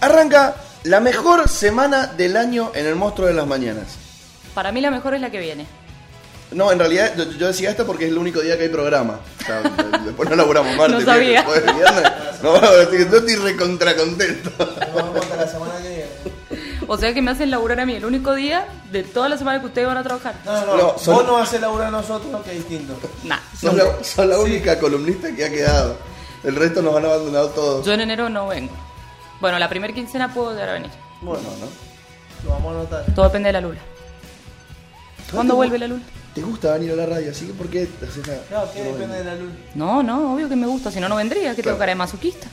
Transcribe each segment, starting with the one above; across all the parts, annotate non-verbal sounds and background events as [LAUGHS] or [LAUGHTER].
Arranca la mejor semana del año en el Monstruo de las Mañanas. Para mí la mejor es la que viene. No, en realidad yo, yo decía esta porque es el único día que hay programa. O sea, [LAUGHS] de- después no laburamos martes, No sabía. miércoles, jueves, viernes. No, [LAUGHS] no, estoy- yo estoy recontracontento. Nos vemos hasta la semana que viene. O sea que me hacen laburar a mí el único día de toda la semana que ustedes van a trabajar. No, no, No, no. son- Vos no haces laburar a nosotros, que es distinto. Nah. Sos la, sos la única columnista que ha quedado. El resto nos han abandonado todos. Yo en enero no vengo. Bueno, la primera quincena puedo llegar a venir. Bueno, No, no. lo vamos a anotar. Todo depende de la luna. ¿Cuándo vuelve la luna? ¿Te gusta venir a la radio? Así que ¿por qué te haces la- Claro, que no depende de venís? la luz. No, no, obvio que me gusta, si no, no vendría, Claro. que tengo cara de masoquista.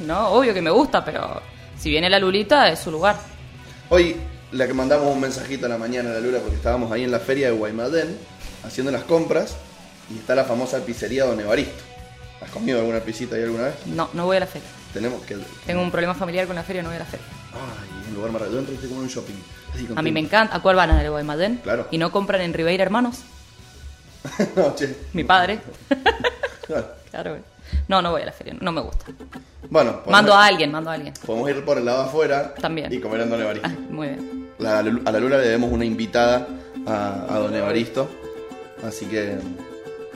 No, obvio que me gusta, pero si viene la Lulita es su lugar. Hoy la que mandamos un mensajito a la mañana a la Lula porque estábamos ahí en la feria de Guaymallén haciendo las compras y está la famosa pizzería Don Evaristo. ¿Has comido alguna pisita ahí alguna vez? No, no voy a la feria. Tenemos que... Tengo un problema familiar con la feria, no voy a la feria. Ay, es un lugar maravilloso. Yo entré y estoy como en un shopping. Así A mí me contento. encanta. ¿A cuál van? ¿A la Guaymallén? Claro. ¿Y no compran en Ribeira Hermanos? [LAUGHS] No, che. Mi padre. Claro. claro. eh. No, no voy a la feria, no me gusta. Bueno, podemos- Mando a alguien, mando a alguien. Podemos ir por el lado afuera También. y comer en Don Ah, Evaristo. muy bien. La- a la Lula le debemos una invitada a, a Don Evaristo. Así que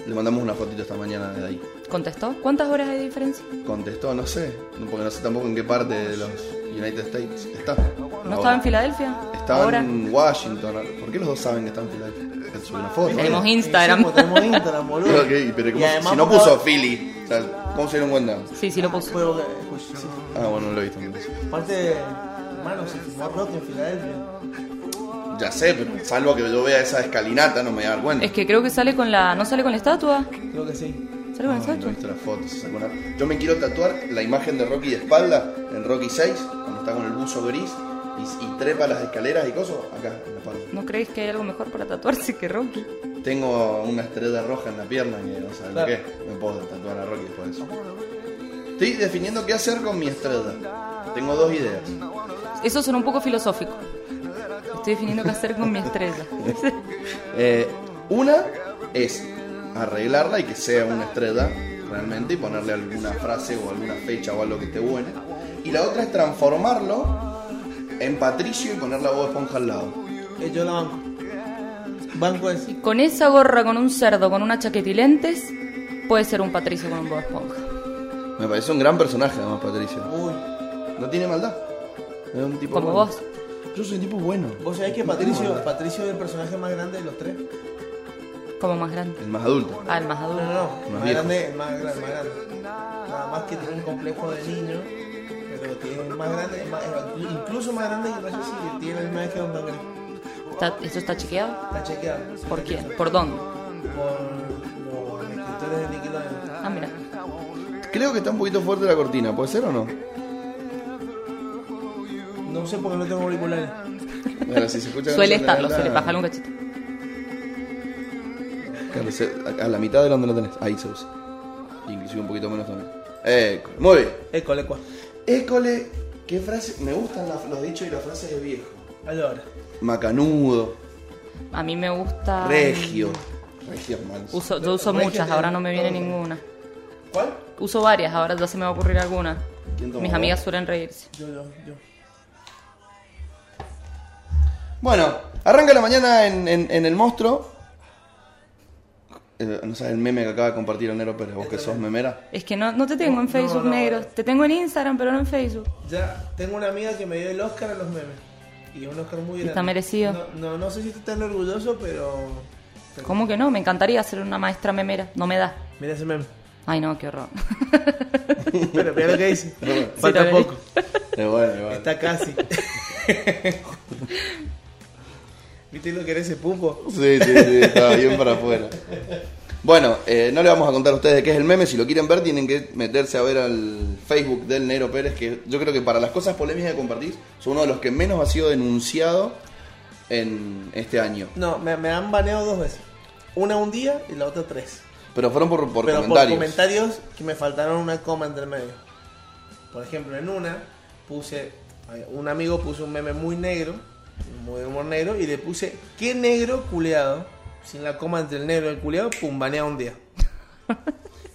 le mandamos una fotito esta mañana desde ahí. ¿Contestó? ¿Cuántas horas hay de diferencia? Contestó, no sé, porque no sé tampoco en qué parte de los United States está. ¿No estaba en Filadelfia? Estaba Ahora. en Washington. ¿Por qué los dos saben que está en Filadelfia? Subió una foto. Tenemos ¿no? Instagram. Sí, pues, tenemos Instagram, boludo. Ok, pero ¿cómo- Y además si no vamos a- puso Philly, o sea, ¿cómo se dieron cuenta? Sí, sí lo puse. Pero, eh, pues, sí. Ah, bueno, no lo he visto. entonces. Aparte, hermano, se filmó Rock en Filadelfia. Ya sé, pero salvo que yo vea esa escalinata, no me voy a dar cuenta. Es que creo que sale con la... ¿No sale con la estatua? Creo que sí. ¿Sale con Ay, no la he estatua? visto las fotos. Ah, se sacó una- Yo me quiero tatuar la imagen de Rocky de espalda en Rocky 6, cuando está con el buzo gris y, y trepa las escaleras y cosas, acá en la espalda. ¿No creéis que hay algo mejor para tatuarse que Rocky? Tengo una estrella roja en la pierna que no sabes lo Claro. que es. Me puedo tatuar a Rocky después de eso. Estoy definiendo qué hacer con mi estrella. Tengo dos ideas. Eso suena un poco filosófico. Estoy definiendo qué hacer con [LAUGHS] mi estrella. Eh, una es arreglarla y que sea una estrella realmente y ponerle alguna frase o alguna fecha o algo que esté buena. Y la otra es transformarlo en Patricio y poner la voz de esponja al lado. Eh, yo la banco. Banco es. Y con esa gorra, con un cerdo, con una chaqueta y lentes, puede ser un Patricio con un Bob Esponja. Me parece un gran personaje además Patricio. Uy. No tiene maldad. Es un tipo Como bueno. vos. Yo soy un tipo bueno. Vos sabés que No tengo maldad. Patricio, Patricio es el personaje más grande de los tres. Como más grande. El más adulto. Ah, el más No, adulto. no, no. Más Más, viejo. grande, el más grande, más grande. Nada más que tiene un complejo de niño, pero tiene el más grande, el más- el- incluso más grande que no sé si tiene la misma vez que Don Cangrejo. Está- ¿Esto está chequeado? Está chequeado. ¿Por quién? ¿Por dónde? Por los escritores de Nickelodeon. Ah, mira. Creo que está un poquito fuerte la cortina, ¿puede ser o no? No sé por qué no tengo auriculares. Bueno, si se escucha que Suele no se te estarlo, da suele. nada. Bájale un cachito. Claro, se- a- a la mitad de donde lo tenés, ahí se usa. Inclusive un poquito menos también. École. Muy bien. École, cuá. École, qué frase. Me gustan las- los dichos y las frases de viejo. Ahora. Macanudo, A mí me gusta... regio. Regio, hermano. Uso- yo uso Regio muchas, te- ahora no me viene todo. ninguna. ¿Cuál? Uso varias, ahora ya se me va a ocurrir alguna. ¿Quién tomó Mis vos? amigas suelen reírse. Yo, yo, yo. Bueno, arranca la mañana en, en- en el monstruo. Eh, no sabes el meme que acaba de compartir Onero Pérez, vos que sos [LAUGHS] memera. Es que no, no te tengo en Facebook, no. negros. Te tengo en Instagram, pero no en Facebook. Ya, tengo una amiga que me dio el Oscar a los memes. Y es un Oscar muy grande. Está merecido. No, no, no sé si estoy tan orgulloso, pero. ¿Cómo que no? Me encantaría ser una maestra memera. No me da. Mira ese meme. Ay, no, qué horror. [LAUGHS] Pero mira lo que [LAUGHS] dice. Sí, Falta lo leí. poco. Eh, bueno, igual. Está [LAUGHS] casi. ¿Viste lo que era ese pupo? Sí, sí, sí, estaba bien para afuera. Bueno, eh, no le vamos a contar a ustedes de qué es el meme. Si lo quieren ver, tienen que meterse a ver al Facebook del Nero Pérez, que yo creo que para las cosas polémicas que compartís, son uno de los que menos ha sido denunciado en este año. No, me, me han baneado dos veces. Una un día y la otra tres. Pero fueron por, por pero comentarios. por comentarios que me faltaron una coma entre medio. Por ejemplo, en una puse, un amigo puso un meme muy negro, muy de humor negro, y le puse, qué negro culeado, sin la coma entre el negro y el culeado, pum, banea un día.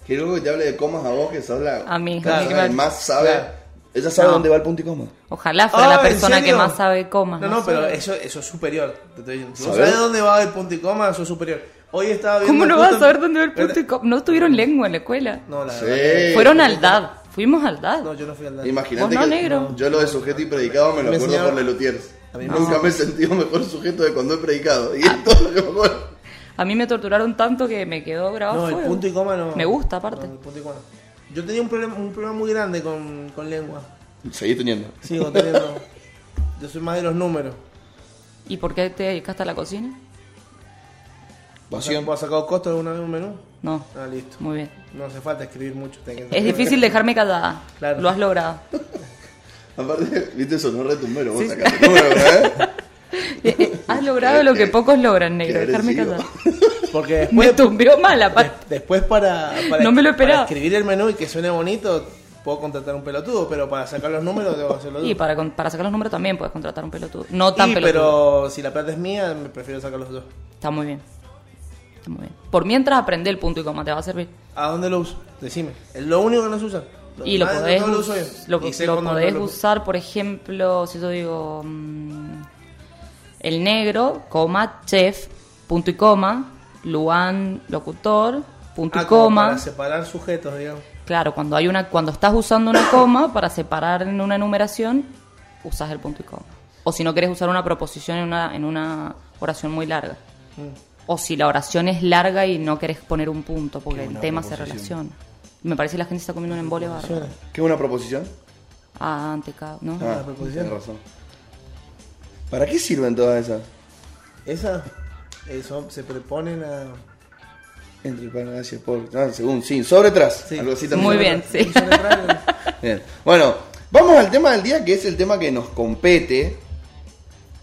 Quiero que te hable de comas a vos, que sos la A mí, persona a mí que que me- más sabe Claro. Ella sabe No. dónde va el punto y coma. Ojalá fuera la Ah, ¿en persona que serio? más sabe comas. No, no, pero eso, eso es superior. Te estoy diciendo. Si no ¿Saber? sabes dónde va el punto y coma, eso es superior. Hoy estaba viendo. ¿Cómo no vas justo- a saber dónde va el punto y coma? No tuvieron lengua en la escuela. No, la Sí. verdad. que- Fueron al DAD. Fuimos al DAD. No, yo no fui al DAD. Imagínate Vos no, que negro. yo lo de sujeto y predicado me lo Me acuerdo enseñaron- por Lelutiers. A mí me Nunca me he sentido mejor sujeto de cuando he predicado. Y es todo lo que me acuerdo. A mí me torturaron tanto que me quedó grabado. No, el fuego. punto y coma no. Me gusta, aparte. No, el punto y coma. Yo tenía un problema, un problema muy grande con, con lengua. Seguí teniendo. Sigo teniendo. [LAUGHS] yo soy más de los números. ¿Y por qué te dedicaste a la cocina? Pasión. ¿Has sacado costos alguna vez un menú? No. Ah, listo. Muy bien. No hace falta escribir mucho. tenés que- Es difícil dejarme callada. Claro. Lo has [LAUGHS] logrado. Aparte, viste, sonó retumbero. Vos sacaste el número, ¿eh? Eh, eh, has logrado lo que pocos logran, [LAUGHS] negro. Qué Dejarme callada. [LAUGHS] agresivo. Porque Me después, tumbió mal, de- aparte. después para, para- No me lo esperaba. para escribir el menú y que suene bonito, puedo contratar un pelotudo, pero para sacar los números debo hacerlo Y yo. para, con- para sacar los números también puedes contratar un pelotudo. No tan Y, pelotudo. pero si la plata es mía, me prefiero sacar los dos. Está muy bien. Está muy bien. Por mientras aprende el punto y coma, te va a servir. ¿A dónde lo uso? Decime. Es lo único que no se usa. Y lo demás, podés, todo lo us- uso yo. lo- Y sé lo cuándo no podés lo uso. usar, por ejemplo, si yo digo mm, el negro, coma, chef, punto y coma, Luan, locutor, punto y Ah, como coma. Para separar sujetos, digamos. Claro, cuando hay una, cuando estás usando una coma para separar en una enumeración, usas el punto y coma. O si no quieres usar una proposición en una, en una oración muy larga. Mm. O si la oración es larga y no querés poner un punto, porque el tema se relaciona. Me parece que la gente se está comiendo un embole bárbaro. ¿Qué es una proposición? Ah, ante cada- ¿no? Ah, proposición. tenés razón. ¿Para qué sirven todas esas? Esa, eso se proponen a. Entre parágrafos, por. Ah, según, sí, sobre tras. Sí. Algo así también. Muy bien, sí. [LAUGHS] Son extraños. Bien. Bueno, vamos al tema del día, que es el tema que nos compete.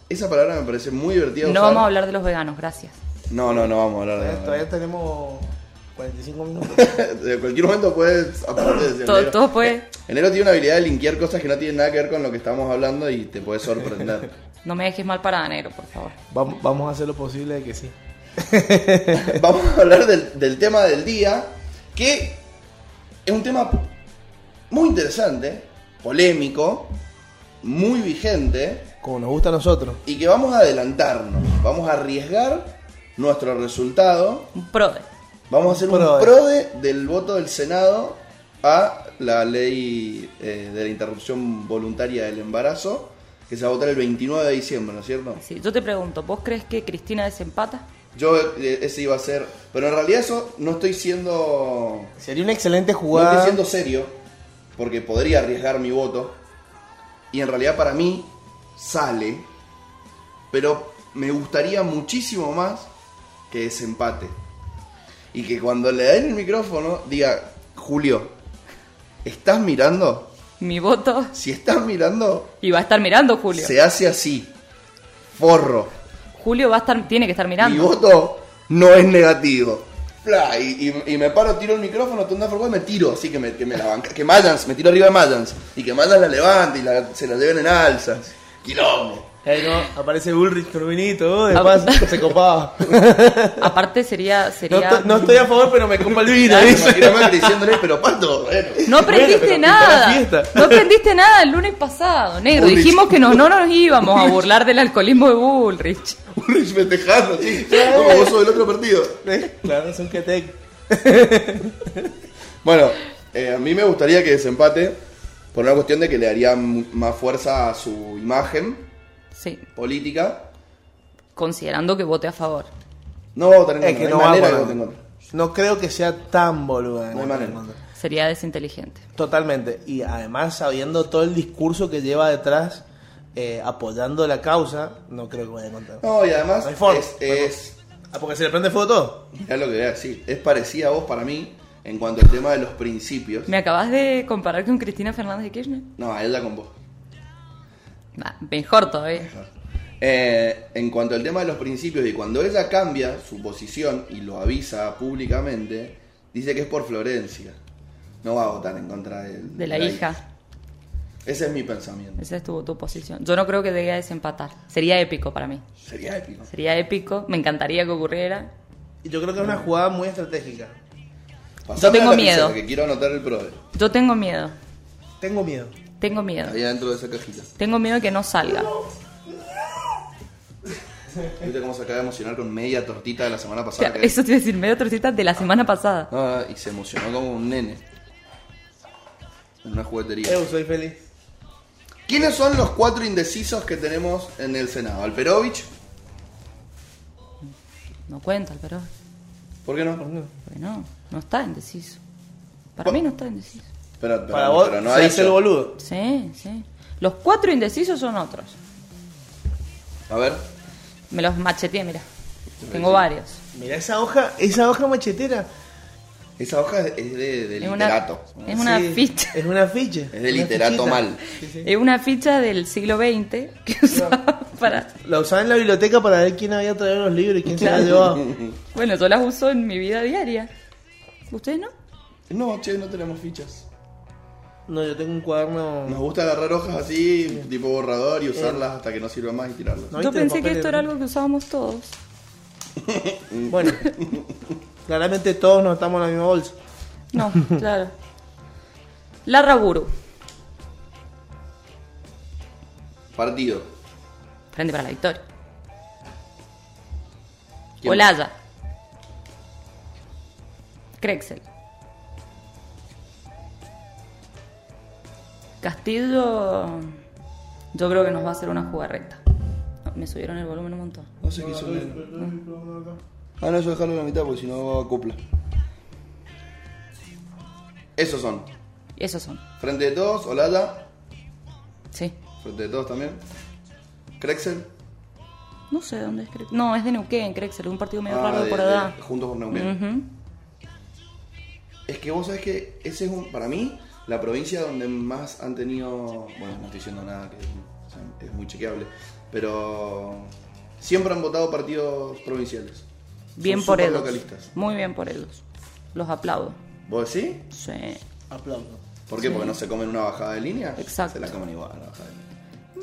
Esa palabra me parece muy divertida. No usar. vamos a hablar de los veganos, gracias. No, no, no vamos a hablar de Todavía, todavía tenemos 45 minutos. [LAUGHS] De cualquier momento puedes aparecer. desde Todo, enero. todo puede. Enero tiene una habilidad de linkear cosas que no tienen nada que ver con lo que estamos hablando y te puede [LAUGHS] sorprender. No me dejes mal para negro, por favor. Vamos, vamos a hacer lo posible de que sí. [LAUGHS] vamos a hablar del, del tema del día, que es un tema muy interesante, polémico, muy vigente. Como nos gusta a nosotros. y que vamos a adelantarnos, vamos a arriesgar nuestro resultado, Un prode. vamos a hacer un Prode. prode del voto del Senado a la ley eh, de la interrupción voluntaria del embarazo, que se va a votar el 29 de diciembre, ¿no es cierto? Sí, yo te pregunto, ¿vos crees que Cristina desempata? Yo eh, ese iba a ser, pero en realidad eso no estoy siendo, Sería una excelente no estoy jugada. siendo serio, porque podría arriesgar mi voto, y en realidad para mí sale, pero me gustaría muchísimo más que desempate. Y que cuando le den el micrófono diga, Julio, ¿estás mirando? Mi voto. Si estás mirando, Y va a estar mirando, Julio. se hace así. Forro. Julio va a estar, tiene que estar Mi mirando. voto no es negativo. Fla, Y, y- y me paro, tiro el micrófono, tú andas por cuál, me tiro, así que me, que me la banca. Que Mayans, me tiro arriba de Mayans. Y que Mayans la levante y la- se la lleven en alzas. Quilombo. Ahí no, aparece Bullrich Turbinito, oh, de Ah, [LAUGHS] paso, se copaba. Aparte sería... No, sería... to- no estoy a favor, pero me copa el vino, Me dice. imagino a [LAUGHS] Macri diciéndole, pero pato, bueno. [LAUGHS] No aprendiste Bueno, pero pinta la nada. fiesta. No aprendiste nada el lunes pasado, negro. Bullrich. Dijimos que no, no nos íbamos a burlar del alcoholismo de Bullrich. Bullrich festejando, sí. Como vos sos del otro partido. Eh, Claro, es un ketec. Bueno, eh, a mí me gustaría que desempate por una cuestión de que le daría mu- más fuerza a su imagen Sí, política. considerando que vote a favor. No va a votar en Es contra, que no hay no va manera a que vote poner. en contra. No creo que sea tan boluda. este No hay manera. Sería desinteligente. Totalmente. Y además, sabiendo todo el discurso que lleva detrás, eh, apoyando la causa, no creo que vaya a contar. No, y además No hay forma. es, es, Ah, porque se le prende fuego todo. mirá lo que voy a decir, es parecida a vos para mí en cuanto al tema de los principios. ¿Me acabas de comparar con Cristina Fernández de Kirchner? No, a ella con vos. Nah, mejor todavía. Eh, en cuanto al tema de los principios, y cuando ella cambia su posición y lo avisa públicamente, dice que es por Florencia. No va a votar en contra de, De la hija. Ese es mi pensamiento. Esa estuvo tu posición. Yo no creo que llegue a desempatar. Sería épico para mí. Sería épico. Sería épico. Me encantaría que ocurriera. Y yo creo que es una jugada muy estratégica. Pasame tengo a la pizarra, miedo. Que quiero anotar el prove. Yo tengo miedo. Tengo miedo. Tengo miedo. Ahí adentro de esa cajita. Tengo miedo que no salga. ¿Viste cómo se acaba de emocionar con media tortita de la semana O pasada? sea, que- eso te iba a decir, medio trocita de la semana pasada. Ah, y se emocionó como un nene. En una juguetería. Eu soy feliz. ¿Quiénes son los cuatro indecisos que tenemos en el Senado? Alperovich, No cuenta, pero ¿por qué no? bueno, no está indeciso. Para mí no está indeciso. Pero, pero- Para vos, pero no no ha se dicho. hace el boludo. Sí, sí. Los cuatro indecisos son otros. A ver, Me los macheteé, mira. Tengo varios. Mirá esa hoja, esa hoja machetera. esa hoja es es de, de Es una- literato. Es una Sí, ficha. Es una ficha. Es de una literato fichita. mal. Es una ficha del siglo XX que usaba [LAUGHS] para... La usaba en la biblioteca para ver quién había traído los libros y quién se [LAUGHS] los llevaba. Bueno, yo las uso en mi vida diaria. ¿Ustedes no? No, che, no tenemos fichas. No, yo tengo un cuaderno. Nos gusta agarrar hojas así, tipo borrador, y usarlas hasta que no sirvan más y tirarlas. Eh. No, Yo ¿viste los pensé que papeles? esto era algo que usábamos todos. Bueno, claramente todos nos estamos en la misma bolsa. No, [LAUGHS] claro. Larra Buru. Partido. Frente para la victoria. ¿Quién? Olaya. Crexel. Castillo. Yo creo que nos va a hacer una jugada recta. No, Me subieron el volumen un montón. No sé qué hizo. Ah, no, yo dejarlo en la mitad porque si no acopla. Esos son. Esos son. Frente de todos, Olaya. Sí. Frente de todos también. Crexel. No sé dónde es Crexel. No, es de Neuquén, Crexel. Un partido medio Ah, raro de- por de- allá. Juntos por Neuquén. Ujú. Es que vos sabés que ese es un, para mí, la provincia donde más han tenido, bueno, no estoy diciendo nada que o sea, es muy chequeable, pero siempre han votado partidos provinciales. Bien Son por súper ellos. localistas. Muy bien por ellos. Los aplaudo. ¿Vos decís? Sí. Aplauso. ¿Por qué? Porque no se comen una bajada de línea. Exacto. Se la comen igual, la bajada de línea.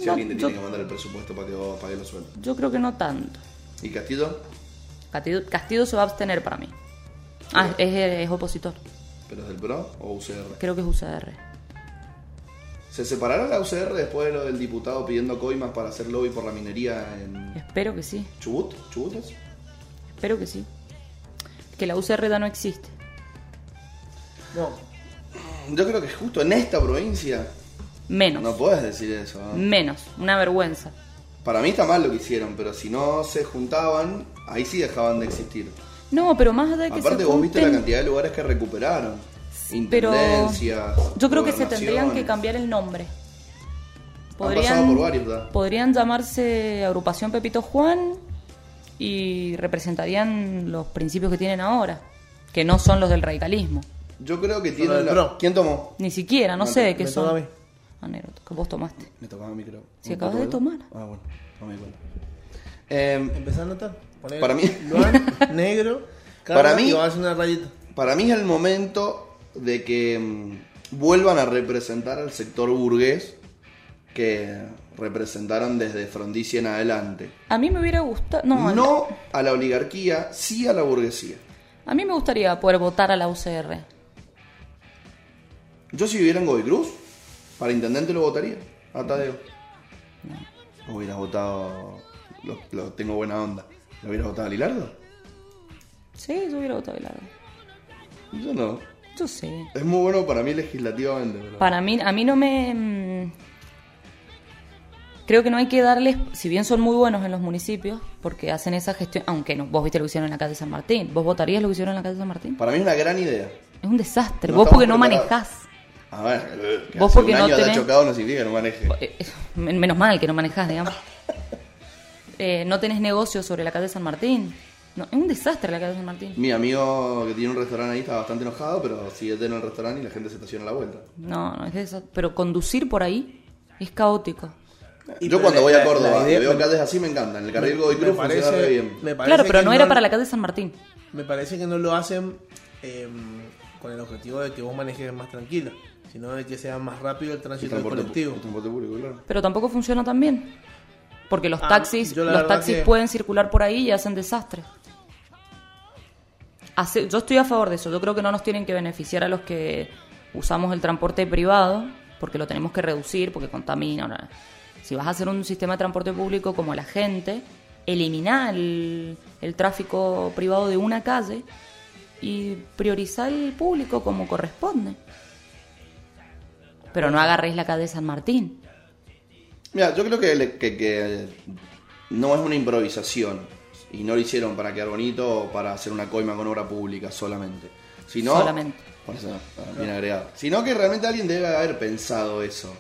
Si No, alguien te tiene yo- que mandar el presupuesto para que vos pagues los sueldos. Yo creo que no tanto. ¿Y Castillo? Castillo, Castillo se va a abstener para mí. Ah, es, es opositor. ¿Pero es del PRO o UCR? Creo que es UCR. ¿Se separaron la UCR después de lo del diputado pidiendo coimas para hacer lobby por la minería en Espero que sí. Chubut? ¿Chubut es? Espero que sí. Que la UCR ya no existe. No, Yo creo que justo en esta provincia Menos. no puedes decir eso. ¿no? Menos. Una vergüenza. Para mí está mal lo que hicieron, pero si no se juntaban, ahí sí dejaban de existir. No, pero más allá de que Aparte se vos viste la junten, cantidad de lugares que recuperaron. pero Intendencias. yo creo que se gobernaciones. tendrían que cambiar el nombre. pasado por varios, ¿verdad? podrían llamarse Agrupación Pepito Juan y representarían los principios que tienen ahora, que no son los del radicalismo. Yo creo que Solo tienen el la- pro. ¿Quién tomó? Ni siquiera, no Me sé to- de qué me son. toca a mí. Ah, negro, que vos tomaste. Me tocaba a mí, creo. Si acabas de tomar. Ah, bueno, no me di cuenta. Eh, empezá a anotar. Poné Para mí- [LAUGHS] Luan, negro, Para Carla, mí- Y vas a hacer una rayita. para mí es el momento de que mm, vuelvan a representar al sector burgués que representaron desde Frondizi en adelante. A mí me hubiera gustado. No, No a la oligarquía, sí a la burguesía. A mí me gustaría poder votar a la UCR. Yo si viviera en Godoy Cruz, para intendente lo votaría, a Tadeo. No. Hubiera votado... Lo, lo tengo buena onda. ¿Lo hubiera votado a Lilardo? Sí, yo hubiera votado a Bilardo. Yo no. Yo sé. Es muy bueno para mí legislativamente. Pero... Para mí, a mí no me. mm, Creo que no hay que darles, si bien son muy buenos en los municipios, porque hacen esa gestión, aunque no, vos viste lo que hicieron en la calle San Martín, vos votarías lo que hicieron en la calle San Martín. Para mí es una gran idea. Es un desastre, No vos estamos porque no preparados. manejás. A ver, que Vos hace porque un no año te ha tenés- chocado no significa que no maneje. Eh, eh, men- Menos mal que no manejás, digamos. Eh, no tenés negocios sobre la calle San Martín. No, es un desastre la calle San Martín. Mi amigo que tiene un restaurante ahí está bastante enojado, pero sigue teniendo el restaurante y la gente se estaciona a la vuelta. No, no es eso. Pero conducir por ahí es caótico. Y Yo pero cuando la- voy a la- Córdoba la y idea- veo calles así me encantan. El carril Godoy Cruz funciona re bien. me parece Claro, pero que no era para la calle San Martín. Me parece que no lo hacen eh, con el objetivo de que vos manejes más tranquilo, sino de que sea más rápido el El tránsito del transporte, colectivo. el transporte público, claro. Pero tampoco funciona tan bien. Porque los Ah, taxis, yo la los verdad taxis que- pueden circular por ahí y hacen desastres. Hace- yo estoy a favor de eso. Yo creo que no nos tienen que beneficiar a los que usamos el transporte privado, porque lo tenemos que reducir, porque contamina. bla, bla. Si vas a hacer un sistema de transporte público como la gente, elimina el, el tráfico privado de una calle y priorizar el público como corresponde. Pero no agarréis la calle de San Martín. Mira, yo creo que, le- que- que no es una improvisación y no lo hicieron para quedar bonito o para hacer una coima con obra pública solamente. Sino, Solamente. Por eso, ah, bien agregado. Sino que realmente alguien debe haber pensado eso.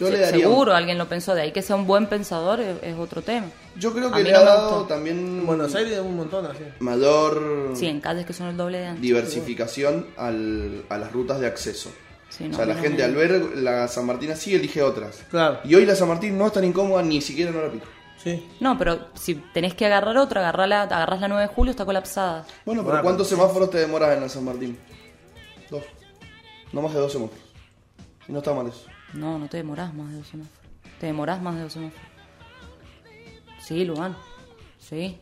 Yo Se- le daría. un- Seguro alguien lo pensó, de ahí que sea un buen pensador es, es otro tema. Yo creo A que mí le no ha me dado gustó. también En Buenos Aires hay un montón así. mayor Sí, en calles que son el doble de ancho. diversificación al- a las rutas de acceso. Sí, no, o sea, la no, gente no. al ver la San Martín así elige otras. Claro. Y hoy la San Martín no es tan incómoda ni siquiera en hora pico. Sí. No, pero si tenés que agarrar otra, agarrala, agarrás la 9 de julio, está colapsada. Bueno, pero Bueno, ¿cuántos semáforos te demoras en la San Martín? Dos. No más de dos semáforos. Y no está mal eso. No, no te demorás más de dos semáforos. Te demorás más de dos semáforos. Sí, Luan. Sí.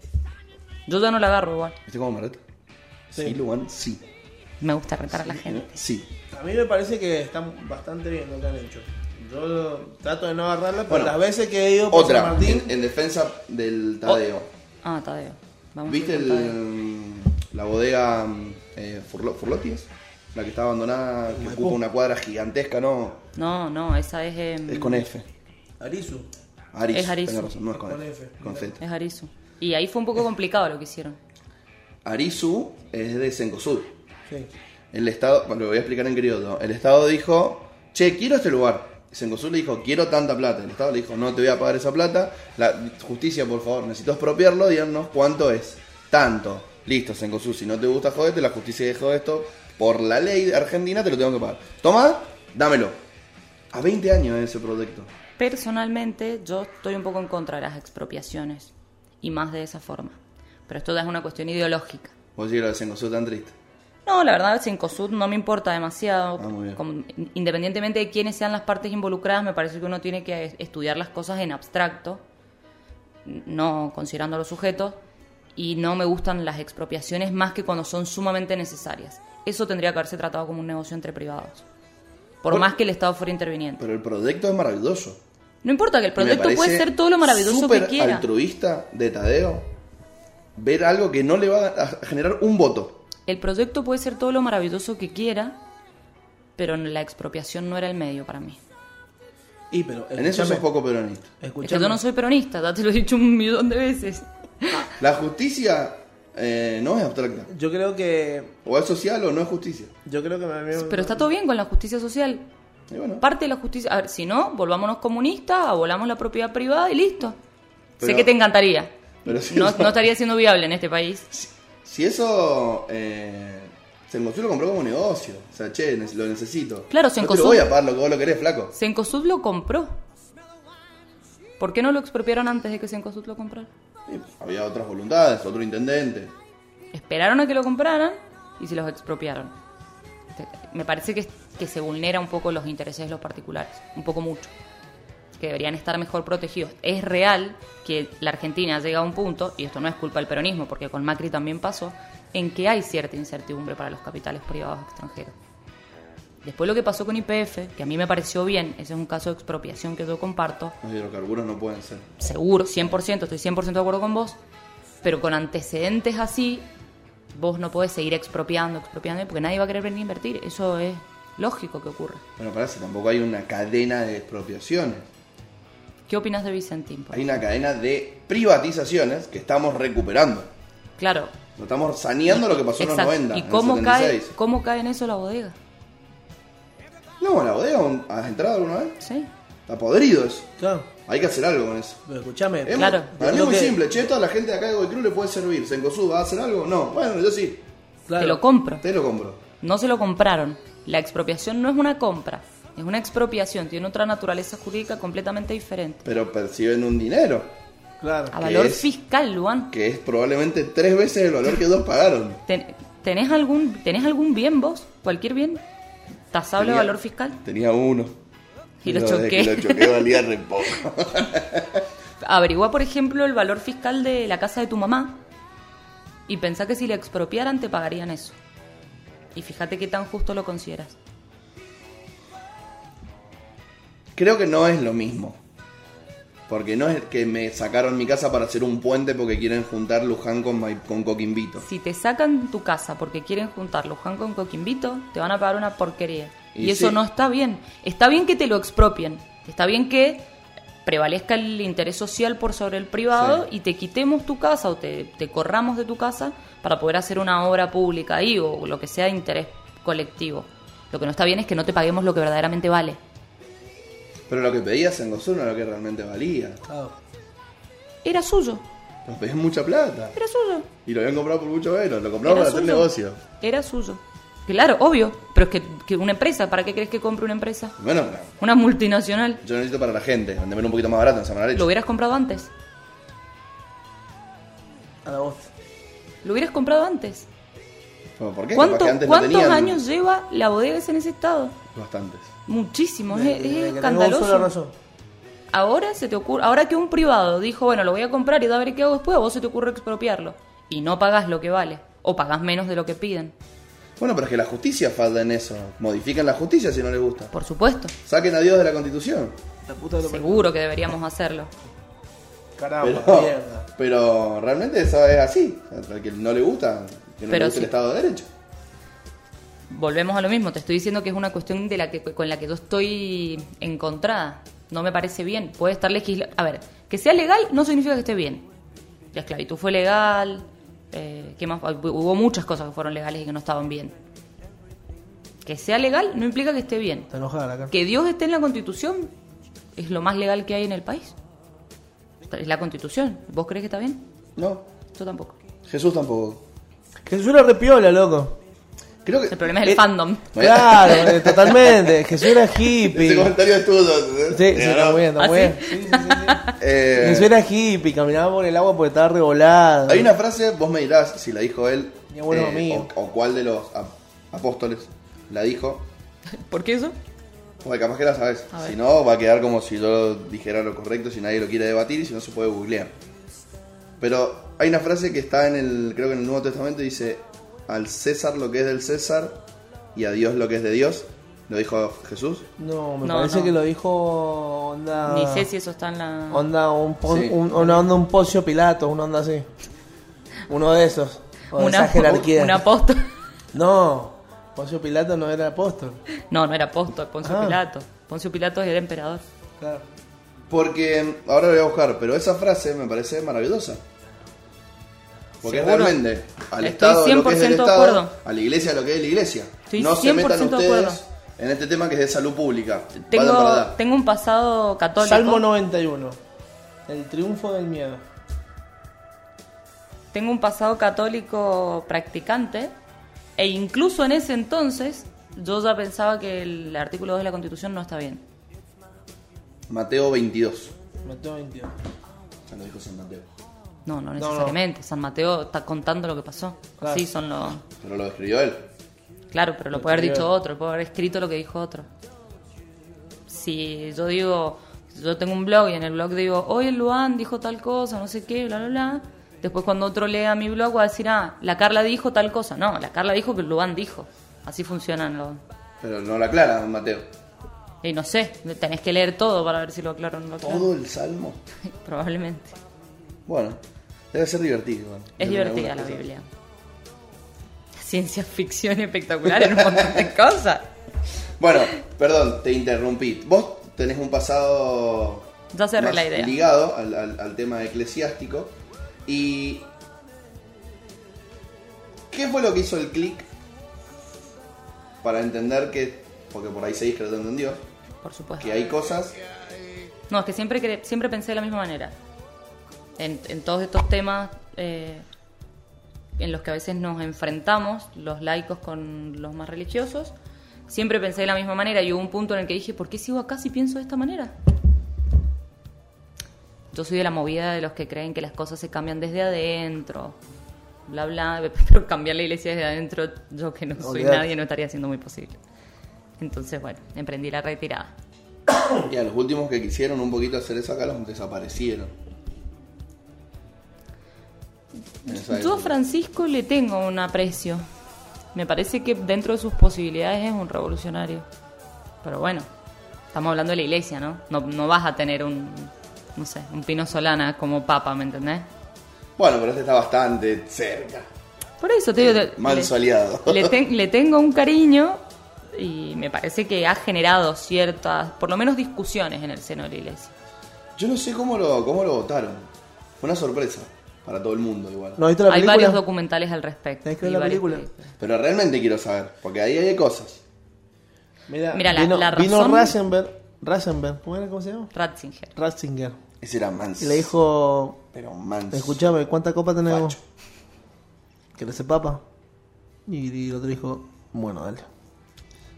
Yo ya no la agarro igual. ¿Viste cómo me reta? Sí, Luan, sí. Me gusta retar a la gente. Sí. ¿eh? A mí me parece que está bastante bien lo que han hecho. Yo lo- trato de no agarrarla, pero Bueno, las veces que he ido por San Otra, Martín, en, en defensa del Tadeo. Ah, Tadeo. Vamos ¿Viste a ir con Tadeo. el, mm, la bodega eh, Furlo- Furlotti es? La que está abandonada, que ocupa una cuadra gigantesca, ¿no? No, no, esa es... em, Es con F. Arisu. Aris. Es Arizu. tenés razón, no es con, Con F. F. Con Z. Es Arisu. Y ahí fue un poco complicado lo que hicieron. Arisu es de Sencosud. Sí. El Estado, bueno, lo voy a explicar en criollo. El Estado dijo, che, quiero este lugar. Sengosu le dijo, quiero tanta plata. El Estado le dijo, no te voy a pagar esa plata. La justicia, por favor, necesito expropiarlo. Díganos cuánto es. Tanto. Listo, Sengosu, si no te gusta, jodete. La justicia dejó esto. Por la ley de argentina te lo tengo que pagar. Toma, dámelo. A 20 años de ese proyecto. Personalmente, yo estoy un poco en contra de las expropiaciones. Y más de esa forma. Pero esto ya es una cuestión ideológica. Vos decís lo de Sengosu tan triste. No, la verdad, Cencosud no me importa demasiado. Ah, muy bien. Como- independientemente de quiénes sean las partes involucradas, me parece que uno tiene que es- estudiar las cosas en abstracto, no considerando a los sujetos, y no me gustan las expropiaciones más que cuando son sumamente necesarias. Eso tendría que haberse tratado como un negocio entre privados, por Bueno. más que el Estado fuera interviniente. Pero el proyecto es maravilloso. No importa que el proyecto Me puede parece ser todo lo maravilloso súper que quiera. altruista de Tadeo ver algo que no le va a generar un voto. El proyecto puede ser todo lo maravilloso que quiera, pero la expropiación no era el medio para mí. Y pero, En eso sos escúchame, poco peronista. Es que escúchame. yo no soy peronista, ya te lo he dicho un millón de veces. La justicia eh, no es abstracta. Yo creo que... O es social o no es justicia. Yo creo que me- me- Pero está todo bien con la justicia social. Y bueno, Parte de la justicia. A ver, si no, volvámonos comunistas, abolamos la propiedad privada y listo. sé Pero- que te encantaría. pero si no, eso- no estaría siendo viable en este país. si eso... Eh, Sengosu lo compró como negocio. O sea, che, ne- lo necesito. Claro, Yo te Sengosu- lo voy a pagar lo que vos lo querés, flaco. Cencosud lo compró. ¿Por qué no lo expropiaron antes de que Cencosud lo comprara? Y había otras voluntades, otro intendente. Esperaron a que lo compraran y se los expropiaron. Te- Me parece que, que se vulnera un poco los intereses de los particulares, un poco mucho, que deberían estar mejor protegidos. Es real que la Argentina llega a un punto, y esto no es culpa del peronismo, porque con Macri también pasó, en que hay cierta incertidumbre para los capitales privados extranjeros. Después lo que pasó con IPF, que a mí me pareció bien, ese es un caso de expropiación que yo comparto, Los hidrocarburos no pueden ser. seguro, 100%, estoy 100% de acuerdo con vos, pero con antecedentes así, vos no podés seguir expropiando, expropiando, porque nadie va a querer venir a invertir. Eso es lógico que ocurra. Bueno, pará, si tampoco hay una cadena de expropiaciones. ¿Qué opinas de Vicentín? por Hay una cadena de privatizaciones que estamos recuperando. ejemplo? Claro. Lo estamos saneando lo que pasó en los Exacto. 90. ¿Y en el cómo cae, 76. cómo cae en eso la bodega? No, la bodega, un- ¿has entrado alguna vez? Sí. Está podrido eso. Claro, Hay que hacer algo con eso. pero escúchame. Es Claro. muy- Para mí Yo es muy que- simple. Che, esto a la gente de acá de Godoy Cruz le puede servir. ¿Sencosud va a hacer algo? No. Bueno, yo sí. claro. Te lo compro. Te lo compro. No se lo compraron. La expropiación no es una compra, es una expropiación, tiene otra naturaleza jurídica completamente diferente. Pero perciben un dinero Claro. A valor es? fiscal, Luan. que es probablemente tres veces el valor que dos pagaron. Ten- ¿Tenés algún, ¿Tenés algún bien vos? ¿Cualquier bien? ¿Tasable Tenía- de valor fiscal? Tenía uno. Y lo Pero desde choqué. que lo choqué valía re [LAUGHS] poco. Averigua, por ejemplo, el valor fiscal de la casa de tu mamá y pensá que si le expropiaran te pagarían eso. Y fíjate qué tan justo lo consideras. Creo que no es lo mismo. Porque no es que me sacaron mi casa para hacer un puente porque quieren juntar Luján con, Mai- con Coquimbito. Si te sacan tu casa porque quieren juntar Luján con Coquimbito, te van a pagar una porquería. Y, Y eso sí. no está bien. Está bien que te lo expropien. Está bien que prevalezca el interés social por sobre el privado Sí. y te quitemos tu casa o te, te corramos de tu casa para poder hacer una obra pública ahí o lo que sea de interés colectivo. Lo que no está bien es que no te paguemos lo que verdaderamente vale. Pero lo que pedías en Gozón era lo que realmente valía. Claro. Era suyo, Nos pedían mucha plata. era suyo. Y lo habían comprado por mucho menos. Lo compraron para hacer suyo. negocio. Era suyo. Claro, obvio. Pero es que, que una empresa, ¿para qué crees que compre una empresa? Bueno, pero Una multinacional. yo lo necesito para la gente. Vendémelo un poquito más barato en San Lo hubieras comprado antes. A la voz. Lo hubieras comprado antes. ¿Por qué? Capaz ¿Cuánto- que antes no ¿Cuántos tenían años lleva la bodega esa en ese estado? Bastantes. Muchísimos. Desde- es- desde es que tenemos escandaloso. sola razón. Ahora se te ocurre, ahora que un privado dijo, bueno, lo voy a comprar y a ver qué hago después, a vos se te ocurre expropiarlo. Y no pagás lo que vale. O pagás menos de lo que piden. Bueno, pero es que la justicia falta en eso. Modifican la justicia si no les gusta. Por supuesto. Saquen a Dios de la constitución. La puta de lo Seguro que deberíamos hacerlo. Caramba, Pero, mierda. pero realmente eso es así. Al que no le gusta, que no le Pero gusta sí. el Estado de Derecho. Volvemos a lo mismo, te estoy diciendo que es una cuestión de la que, con la que yo estoy encontrada. No me parece bien. Puede estar legislado. A ver, que sea legal no significa que esté bien. La esclavitud fue legal. eh, ¿qué más? Hubo muchas cosas que fueron legales y que no estaban bien. Que sea legal no implica que esté bien. Está enojada la cara. Que Dios esté en la Constitución es lo más legal que hay en el país. Es la Constitución. ¿Vos crees que está bien? No, Yo tampoco. Jesús tampoco. Jesús era repiola, loco. Creo que. El problema es el fandom. Claro, eh, totalmente. Jesús era hippie. [LAUGHS] Ese Sí, comentario es tuyo. ¿eh? sí, Mira, está ¿no? muy bien, está ¿Ah, muy sí? bien. Sí, sí, sí, sí. Eh, Jesús era hippie, caminaba por el agua porque estaba revolado. hay una frase, vos me dirás si la dijo él. eh, Mi abuelo mío. O, o cuál de los ap- apóstoles la dijo. ¿Por qué eso? Porque capaz que la sabes. A ver. Si no, va a quedar como si yo dijera lo correcto, si nadie lo quiere debatir y si no se puede googlear. Pero hay una frase que está en el, creo que en el Nuevo Testamento, dice, al César lo que es del César y a Dios lo que es de Dios. Lo dijo Jesús. No, me No, parece no. que lo dijo onda. Ni sé si eso está en la. Onda un, po- Sí. un- una onda un Poncio Pilato, una onda así. Uno de esos. O de [LAUGHS] una, esa jerarquía. un apóstol. No, Poncio Pilato no era apóstol. No, no era apóstol, Poncio Ah. Pilato. Poncio Pilato era emperador. Claro. Porque ahora lo voy a buscar, pero esa frase me parece maravillosa. Porque Seguro. realmente al Estoy Estado lo que es 100% del de Estado, acuerdo. a la Iglesia lo que es la Iglesia. Estoy no se metan 100% de acuerdo. ustedes en este tema que es de salud pública. Vayan para Tengo, allá. tengo un pasado católico. Salmo 91. El triunfo del miedo. Tengo un pasado católico practicante. E incluso en ese entonces, yo ya pensaba que el artículo 2 de la Constitución no está bien. Mateo 22. Mateo 22. Ya lo dijo San Mateo. No, no necesariamente. San Mateo está contando lo que pasó. Claro. Sí, son los. Pero lo describió él. Claro, pero lo puede haber escribió dicho él. otro, puede haber escrito lo que dijo otro. Si yo digo, yo tengo un blog y en el blog digo, hoy el Luan dijo tal cosa, no sé qué, bla, bla, bla. Después cuando otro lea mi blog va a decir, ah, la Carla dijo tal cosa. No, la Carla dijo que el Luan dijo. Así funcionan los... Pero no lo aclara Mateo. Y no sé, tenés que leer todo para ver si lo aclaro o no lo aclaro. Todo el salmo. [LAUGHS] Probablemente. Bueno, debe ser divertido. bueno. Es Pero divertida algunas la cosas. Biblia. Ciencia ficción espectacular en un montón de cosas. Bueno, perdón, te interrumpí. Vos tenés un pasado Ya cerré más la idea. ligado al, al- al tema eclesiástico. Y. ¿Qué fue lo que hizo el clic? Para entender que. Porque por ahí seguís creyendo en Dios. Por supuesto. Que hay cosas. No, es que siempre, cre- siempre pensé de la misma manera. En, en todos estos temas eh, en los que a veces nos enfrentamos, los laicos con los más religiosos, siempre pensé de la misma manera y hubo un punto en el que dije, ¿por qué sigo acá si pienso de esta manera? Yo soy de la movida de los que creen que las cosas se cambian desde adentro, bla, bla, [LAUGHS] pero cambiar la iglesia desde adentro, yo que no soy Olvidate. nadie, no estaría siendo muy posible. Entonces, bueno, emprendí la retirada. Y a los últimos que quisieron un poquito hacer eso acá los desaparecieron. En esa Yo a época. Francisco le tengo un aprecio. Me parece que dentro de sus posibilidades es un revolucionario. Pero bueno, Estamos hablando de la iglesia, ¿no? No, no vas a tener un, no sé, un pino solana como papa, ¿me entendés? Bueno, pero este está bastante cerca. Por eso te digo... te- Manso le- aliado. le, ten- le tengo un cariño y me parece que ha generado ciertas, por lo menos discusiones en el seno de la iglesia. [LAUGHS] Yo no sé cómo lo, cómo lo votaron. Fue una sorpresa para todo el mundo igual. ¿No viste la Hay película? varios documentales al respecto. Tenés que ver y la varias película. películas. Pero realmente quiero saber, porque ahí hay cosas. Mira, Mira, la- vino, la vino razón- Ratzenberg, Ratzenberg, ¿cómo era? ¿Cómo se llama? Ratzinger. Ratzinger. Ese era manso. Y le dijo, Pero manso. escúchame, ¿cuántas copas tenemos? Facho. ¿Querés el papa? Y, y el otro dijo, bueno, dale.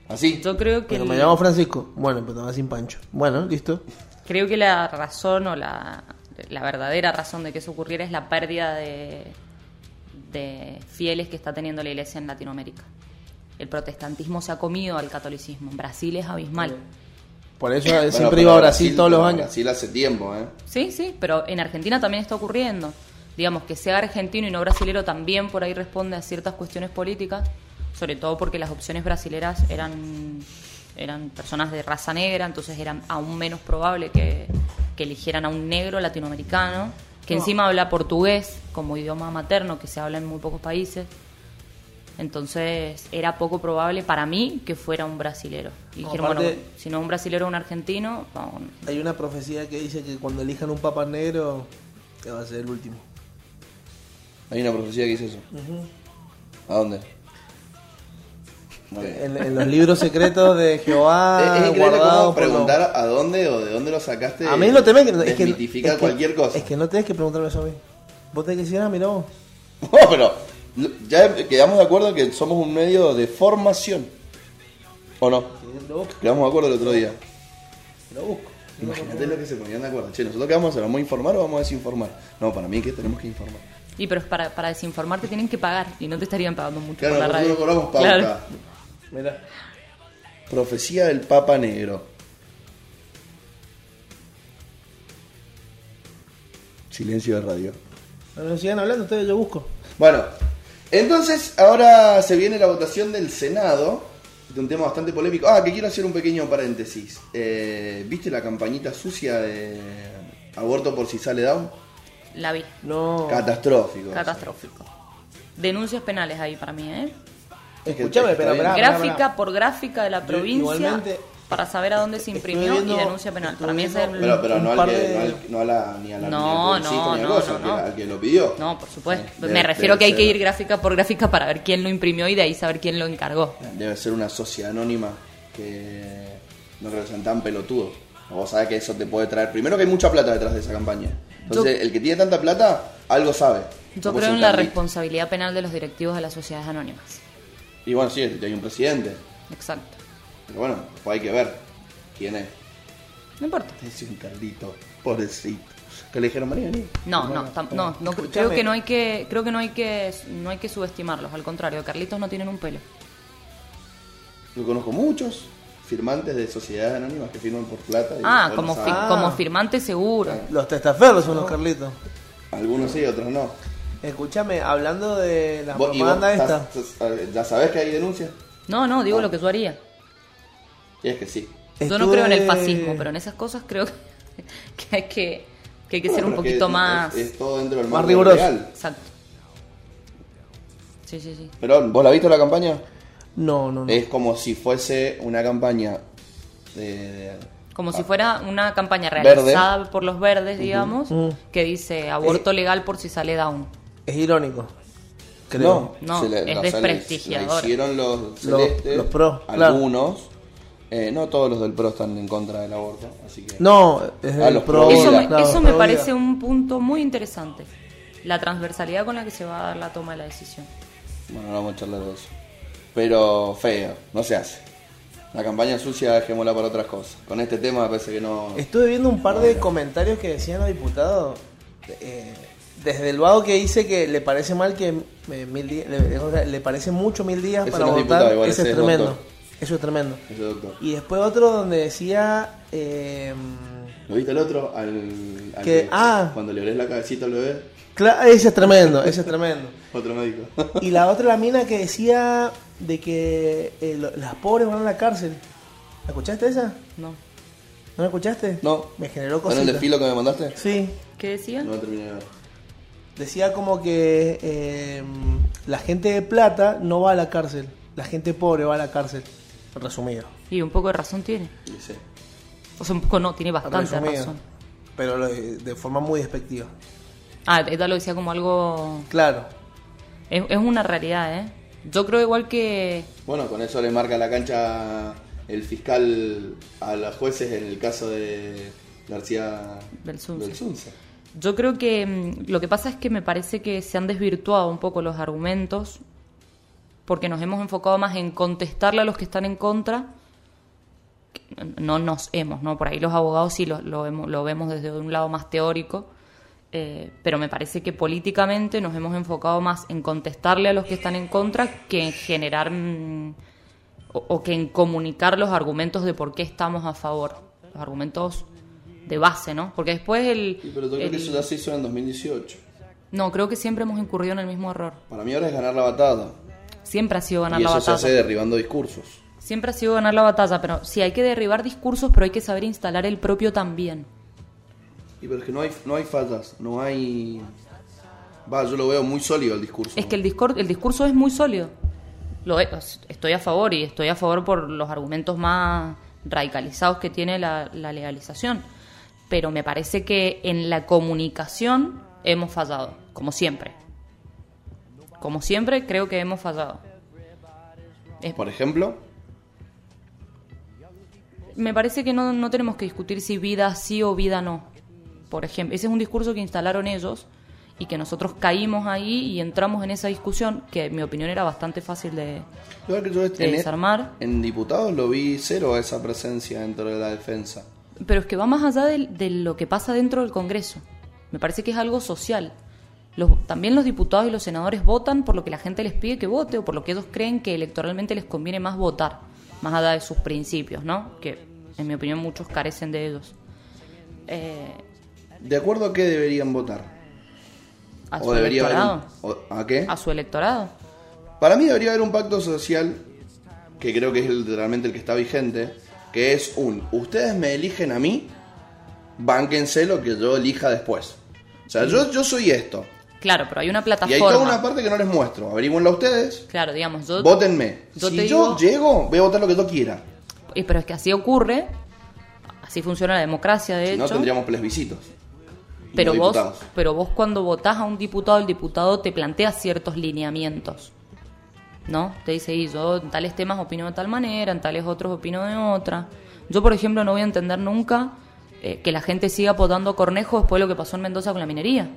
Así. Yo creo que, Pero el- me llamo Francisco. Bueno, pero estaba sin pancho. Bueno, listo. creo que la razón o la, la verdadera razón de que eso ocurriera es la pérdida de, de fieles que está teniendo la iglesia en Latinoamérica. El protestantismo se ha comido al catolicismo. En Brasil es abismal. Por eso él Bueno, siempre pero iba a Brasil, todos los pero años. Brasil hace tiempo, ¿eh? Sí, sí, pero en Argentina también está ocurriendo. Digamos que sea argentino y no brasilero también por ahí responde a ciertas cuestiones políticas, sobre todo porque las opciones brasileras eran, eran personas de raza negra, entonces eran aún menos probable que, que eligieran a un negro latinoamericano, que encima habla portugués como idioma materno, que se habla en muy pocos países. Entonces era poco probable para mí que fuera un brasilero. Y No, dijeron, aparte- bueno, si no un brasilero, un argentino, vamos, Hay una profecía que dice que cuando elijan un papa negro, que va a ser el último. Hay una profecía que dice eso. ¿A dónde? Muy bien. En, en los libros secretos de [LAUGHS] Jehová, es, es increíble guardados cómo por los- preguntar a dónde o de dónde lo sacaste. A mí no tenés que... Es que, Este, Desmitifica es que- cualquier cosa. Es que no tenés que preguntarme eso a mí. Vos tenés que decir, ah, mira vos. [LAUGHS] No, pero ya quedamos de acuerdo que somos un medio de formación. ¿O no? Lo busco, Quedamos de acuerdo el otro día. lo busco. Imagínate lo que se ponían de acuerdo. Che, ¿nosotros qué vamos a hacer? ¿Vamos a informar o vamos a desinformar? No, para mí es que tenemos que informar. Y pero es para, para desinformarte tienen que pagar y no te estarían pagando mucho Claro, por la nosotros radio. no cobramos pauta. Claro. Mira. Profecía del Papa Negro. Silencio de radio. Bueno, sigan hablando ustedes, yo busco. Bueno, entonces ahora se viene la votación del Senado, de un tema bastante polémico. Ah, que quiero hacer un pequeño paréntesis. Eh, ¿Viste la campañita sucia de aborto por si sale down? La vi. No. Catastrófico. Oh. Catastrófico. Denuncias penales ahí para mí, ¿eh? Escúchame, pero Está pará, bien. pará, gráfica pará. por gráfica de la Yo provincia igualmente- para saber a dónde se Estuve imprimió viendo- y denuncia penal. estuve Para mí ese es el... viendo- Pero, pero Un no, al par que, de- no, al- no a la, ni a la No, ni al publicista, no, ni a no, cosa, no, al que- no. al que lo pidió. No, por supuesto. Sí, Me debe- refiero que hay debe que ser- ir gráfica por gráfica para ver quién lo imprimió y de ahí saber quién lo encargó. Debe ser una sociedad anónima que no creo que sean tan pelotudos. Vos sabés que eso te puede traer. Primero que hay mucha plata detrás de esa campaña. Entonces, el que tiene tanta plata, algo sabe. Yo Como creo su en la Carlitos. responsabilidad penal de los directivos de las sociedades anónimas. Y bueno, sí, este, hay un presidente. Exacto. Pero bueno, pues hay que ver quién es. No importa. Es un Carlito, pobrecito. Que le dijeron, María, vení. No, no, tam- no, no, cre- creo Escúchame. que no hay que, creo que no hay que, no hay que subestimarlos. Al contrario, Carlitos no tienen un pelo. Yo conozco muchos firmantes de sociedades anónimas que firman por plata. y Ah, después como, no fi- saben. Ah. como firmante seguro. Los testaferros son los Carlitos. Algunos sí, otros no. Escúchame, hablando de la Vos- y vos propaganda esta. estás- estás- ¿Ya sabés que hay denuncias? No, no, digo lo que yo haría. Y es que sí. Yo no creo en el Estuve- fascismo, pero en esas cosas creo que, [LAUGHS] que hay que, que hay que ser Bueno, pero un es poquito es- más. Es, todo dentro del más marco riguroso. legal. Exacto. Sí, sí, sí. Pero, ¿vos la viste la campaña? No, no, no. Es como si fuese una campaña de. Como si fuera una campaña Ah. Verde. realizada por los verdes, digamos, Mm. que dice aborto legal por si sale down. Es irónico. Creo. No, se le- es o sea, le- desprestigiador. la hicieron los celestes, los pro, claro. algunos. Eh, no todos los del pro están en contra del aborto, así que. No, es Ah, el los pro pro Eso vida. me, claro, eso me pro parece vida. un punto muy interesante. La transversalidad con la que se va a dar la toma de la decisión. Bueno, no vamos a charlar de eso. Pero feo, no se hace. La campaña sucia dejémosla para otras cosas. Con este tema me parece que no. Estuve viendo un par de comentarios que decían los diputados. eh, desde el vago que dice que le parece mal que eh, mil días, le, o sea, le parece mucho mil días Ese para no es votar. diputado, igual, ese eso es es tremendo. doctor. Eso es tremendo. Ese doctor. Y después otro donde decía eh, ¿Lo viste el otro? Al, al Que- ah. Cuando le olés la cabecita al bebé, cla- ese es tremendo, ese es tremendo. otro médico. Y la otra la mina que decía de que eh, lo- las pobres van a la cárcel. ¿La escuchaste esa? No. [LAUGHS] ¿No lo escuchaste? No. Me generó ¿Con el cositas. desfilo que me mandaste? Sí. ¿Qué decía? No lo terminé de ver. Decía como que eh, la gente de plata no va a la cárcel. La gente pobre va a la cárcel. Resumido. Y un poco de razón tiene. Y sí. O sea, un poco no, tiene bastante resumido. razón. Pero lo- de forma muy despectiva. Ah, Eda lo decía como algo... Claro. Es, es una realidad, ¿eh? Yo creo igual que... Bueno, con eso le marca la cancha el fiscal a los jueces en el caso de García Del Sunce. Sunce. Yo creo que mm, lo que pasa es que me parece que se han desvirtuado un poco los argumentos porque nos hemos enfocado más en contestarle a los que están en contra. que No nos hemos, ¿no? Por ahí los abogados sí lo, lo hemos- lo vemos desde un lado más teórico, eh, pero me parece que políticamente nos hemos enfocado más en contestarle a los que están en contra que en generar mm, o, o que en comunicar los argumentos de por qué estamos a favor, los argumentos de base, ¿no? Porque después el... Sí, pero yo creo que el- eso ya se hizo en 2018. no, creo que siempre hemos incurrido en el mismo error. Para mí ahora es ganar la batalla. Siempre ha sido ganar y la eso se batalla. hace derribando discursos. Siempre ha sido ganar la batalla, pero sí hay que derribar discursos, pero hay que saber instalar el propio también. Y pero es que no hay, no hay fallas, no hay... Va, yo lo veo muy sólido el discurso. Es que el, discor- el discurso es muy sólido. Lo es- estoy a favor y estoy a favor por los argumentos más radicalizados que tiene la, la legalización. Pero me parece que en la comunicación hemos fallado, como siempre. Como siempre creo que hemos fallado. Es- Por ejemplo, Me parece que no, no tenemos que discutir si vida sí o vida no. Por ejemplo, ese es un discurso que instalaron ellos y que nosotros caímos ahí y entramos en esa discusión que en mi opinión era bastante fácil de... yo creo que yo De desarmar. en diputados lo vi cero a esa presencia dentro de la defensa. Pero es que va más allá del- de, lo que pasa dentro del Congreso. Me parece que es algo social. Los- también los diputados y los senadores votan por lo que la gente les pide que vote o por lo que ellos creen que electoralmente les conviene más votar, más allá de sus principios, ¿no? Que en mi opinión muchos carecen de ellos. Eh, ¿De acuerdo a qué deberían votar? a ¿O su debería haber un- electorado. o- ¿A qué? a su electorado. Para mí debería haber un pacto social, que creo que es el- realmente el que está vigente, que es un, ustedes me eligen a mí, bánquense lo que yo elija después. O sea, yo, yo soy esto. Claro, pero hay una Y hay toda plataforma. una parte que no les muestro. Averígüenla ustedes, Claro, digamos, yo... votenme. yo si te yo digo- llego, voy a votar lo que yo quiera. Eh, Pero es que así ocurre, así funciona la democracia, de Si no, hecho. tendríamos plebiscitos. Y pero no vos, diputados. pero vos cuando votás a un diputado, el diputado te plantea ciertos lineamientos. ¿No? Te dice, y yo en tales temas opino de tal manera, en tales otros opino de otra. Yo, por ejemplo, no voy a entender nunca eh, que la gente siga votando a Cornejo después de lo que pasó en Mendoza con la minería.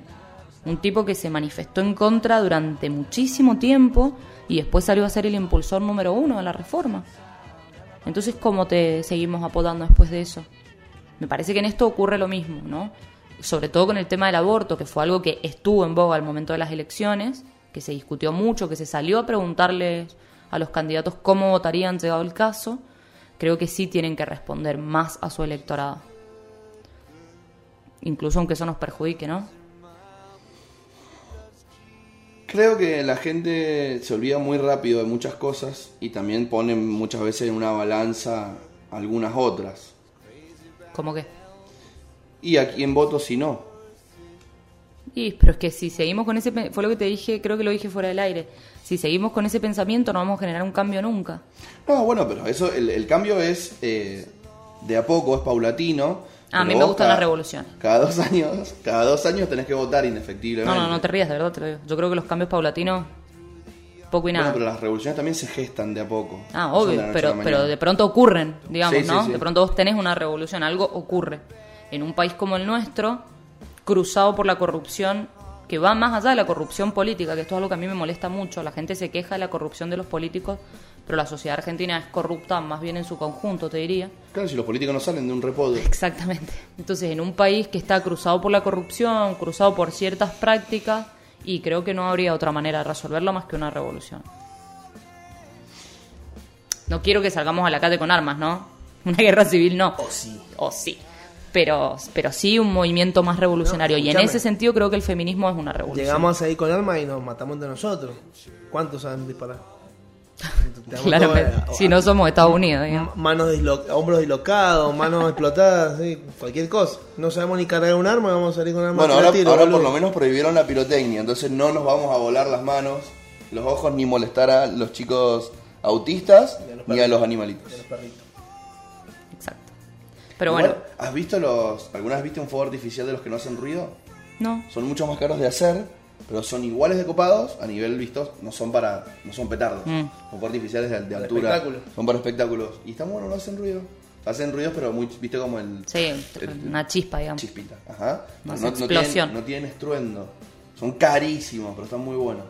Un tipo que se manifestó en contra durante muchísimo tiempo y después salió a ser el impulsor número uno de la reforma. Entonces, ¿cómo te seguimos apodando después de eso? Me parece que en esto ocurre lo mismo, ¿no? Sobre todo con el tema del aborto, que fue algo que estuvo en boga al momento de las elecciones, que se discutió mucho, que se salió a preguntarle a los candidatos cómo votarían llegado el caso. Creo que sí tienen que responder más a su electorado. Incluso aunque eso nos perjudique, ¿no? Creo que la gente se olvida muy rápido de muchas cosas y también pone muchas veces en una balanza algunas otras. Como que. ¿Y a quién voto si no? Y, pero es que si seguimos con ese. pe- Fue lo que te dije, creo que lo dije fuera del aire. Si seguimos con ese pensamiento, no vamos a generar un cambio nunca. No, bueno, pero eso, el, el cambio es eh, de a poco, es paulatino. Ah, A pero mí me vos gustan cada- las revoluciones. Cada dos años, cada dos años tenés que votar No, indefectiblemente. no, no te rías, de verdad te lo digo. Yo creo que los cambios paulatinos, poco y nada. Bueno, pero las revoluciones también se gestan de a poco. ah, No son de obvio, la noche a pero, la mañana. pero de pronto ocurren, digamos, Sí, sí, ¿no? sí. De pronto vos tenés una revolución, algo ocurre. En un país como el nuestro, cruzado por la corrupción, que va más allá de la corrupción política, que esto es algo que a mí me molesta mucho. La gente se queja de la corrupción de los políticos, pero la sociedad argentina es corrupta más bien en su conjunto, te diría. Claro, si los políticos no salen de un repollo. Exactamente. Entonces, en un país que está cruzado por la corrupción, cruzado por ciertas prácticas, y creo que no habría otra manera de resolverlo más que una revolución. No quiero que salgamos a la calle con armas, ¿no? [LAUGHS] Una guerra civil no. O Oh, sí. O sí. Pero, pero sí un movimiento más revolucionario. No, y en escúchame. ese sentido creo que el feminismo es una revolución. [LAUGHS] Llegamos ahí con armas y nos matamos de nosotros. ¿Cuántos saben disparar? Estamos [LAUGHS] Claramente. todos, eh, Si no somos Estados Unidos, digamos. Ah, M- Manos dislo- hombros dislocados, manos explotadas, sí, cualquier cosa. No sabemos ni cargar un arma, vamos a salir con un arma. Bueno, a tirar ahora, tiro, ahora por boludo. lo menos prohibieron la pirotecnia, entonces no nos vamos a volar las manos, los ojos, ni molestar a los chicos autistas Ni a los ni a los De animalitos. los perritos. Exacto. Pero Igual, bueno, ¿has visto los. ¿Alguna vez viste un fuego artificial de los que no hacen ruido? no. Son mucho más caros de hacer, pero son iguales de copados a nivel vistos, no son para. no son petardos, Mm. son fuegos artificiales de, de altura. espectáculos. Son para espectáculos. Y están buenos, no hacen ruido. Hacen ruidos, pero muy, viste como el. Sí, el- una chispa, digamos. chispita. Ajá. Más tienen, explosión. no tienen estruendo. Son carísimos, pero están muy buenos.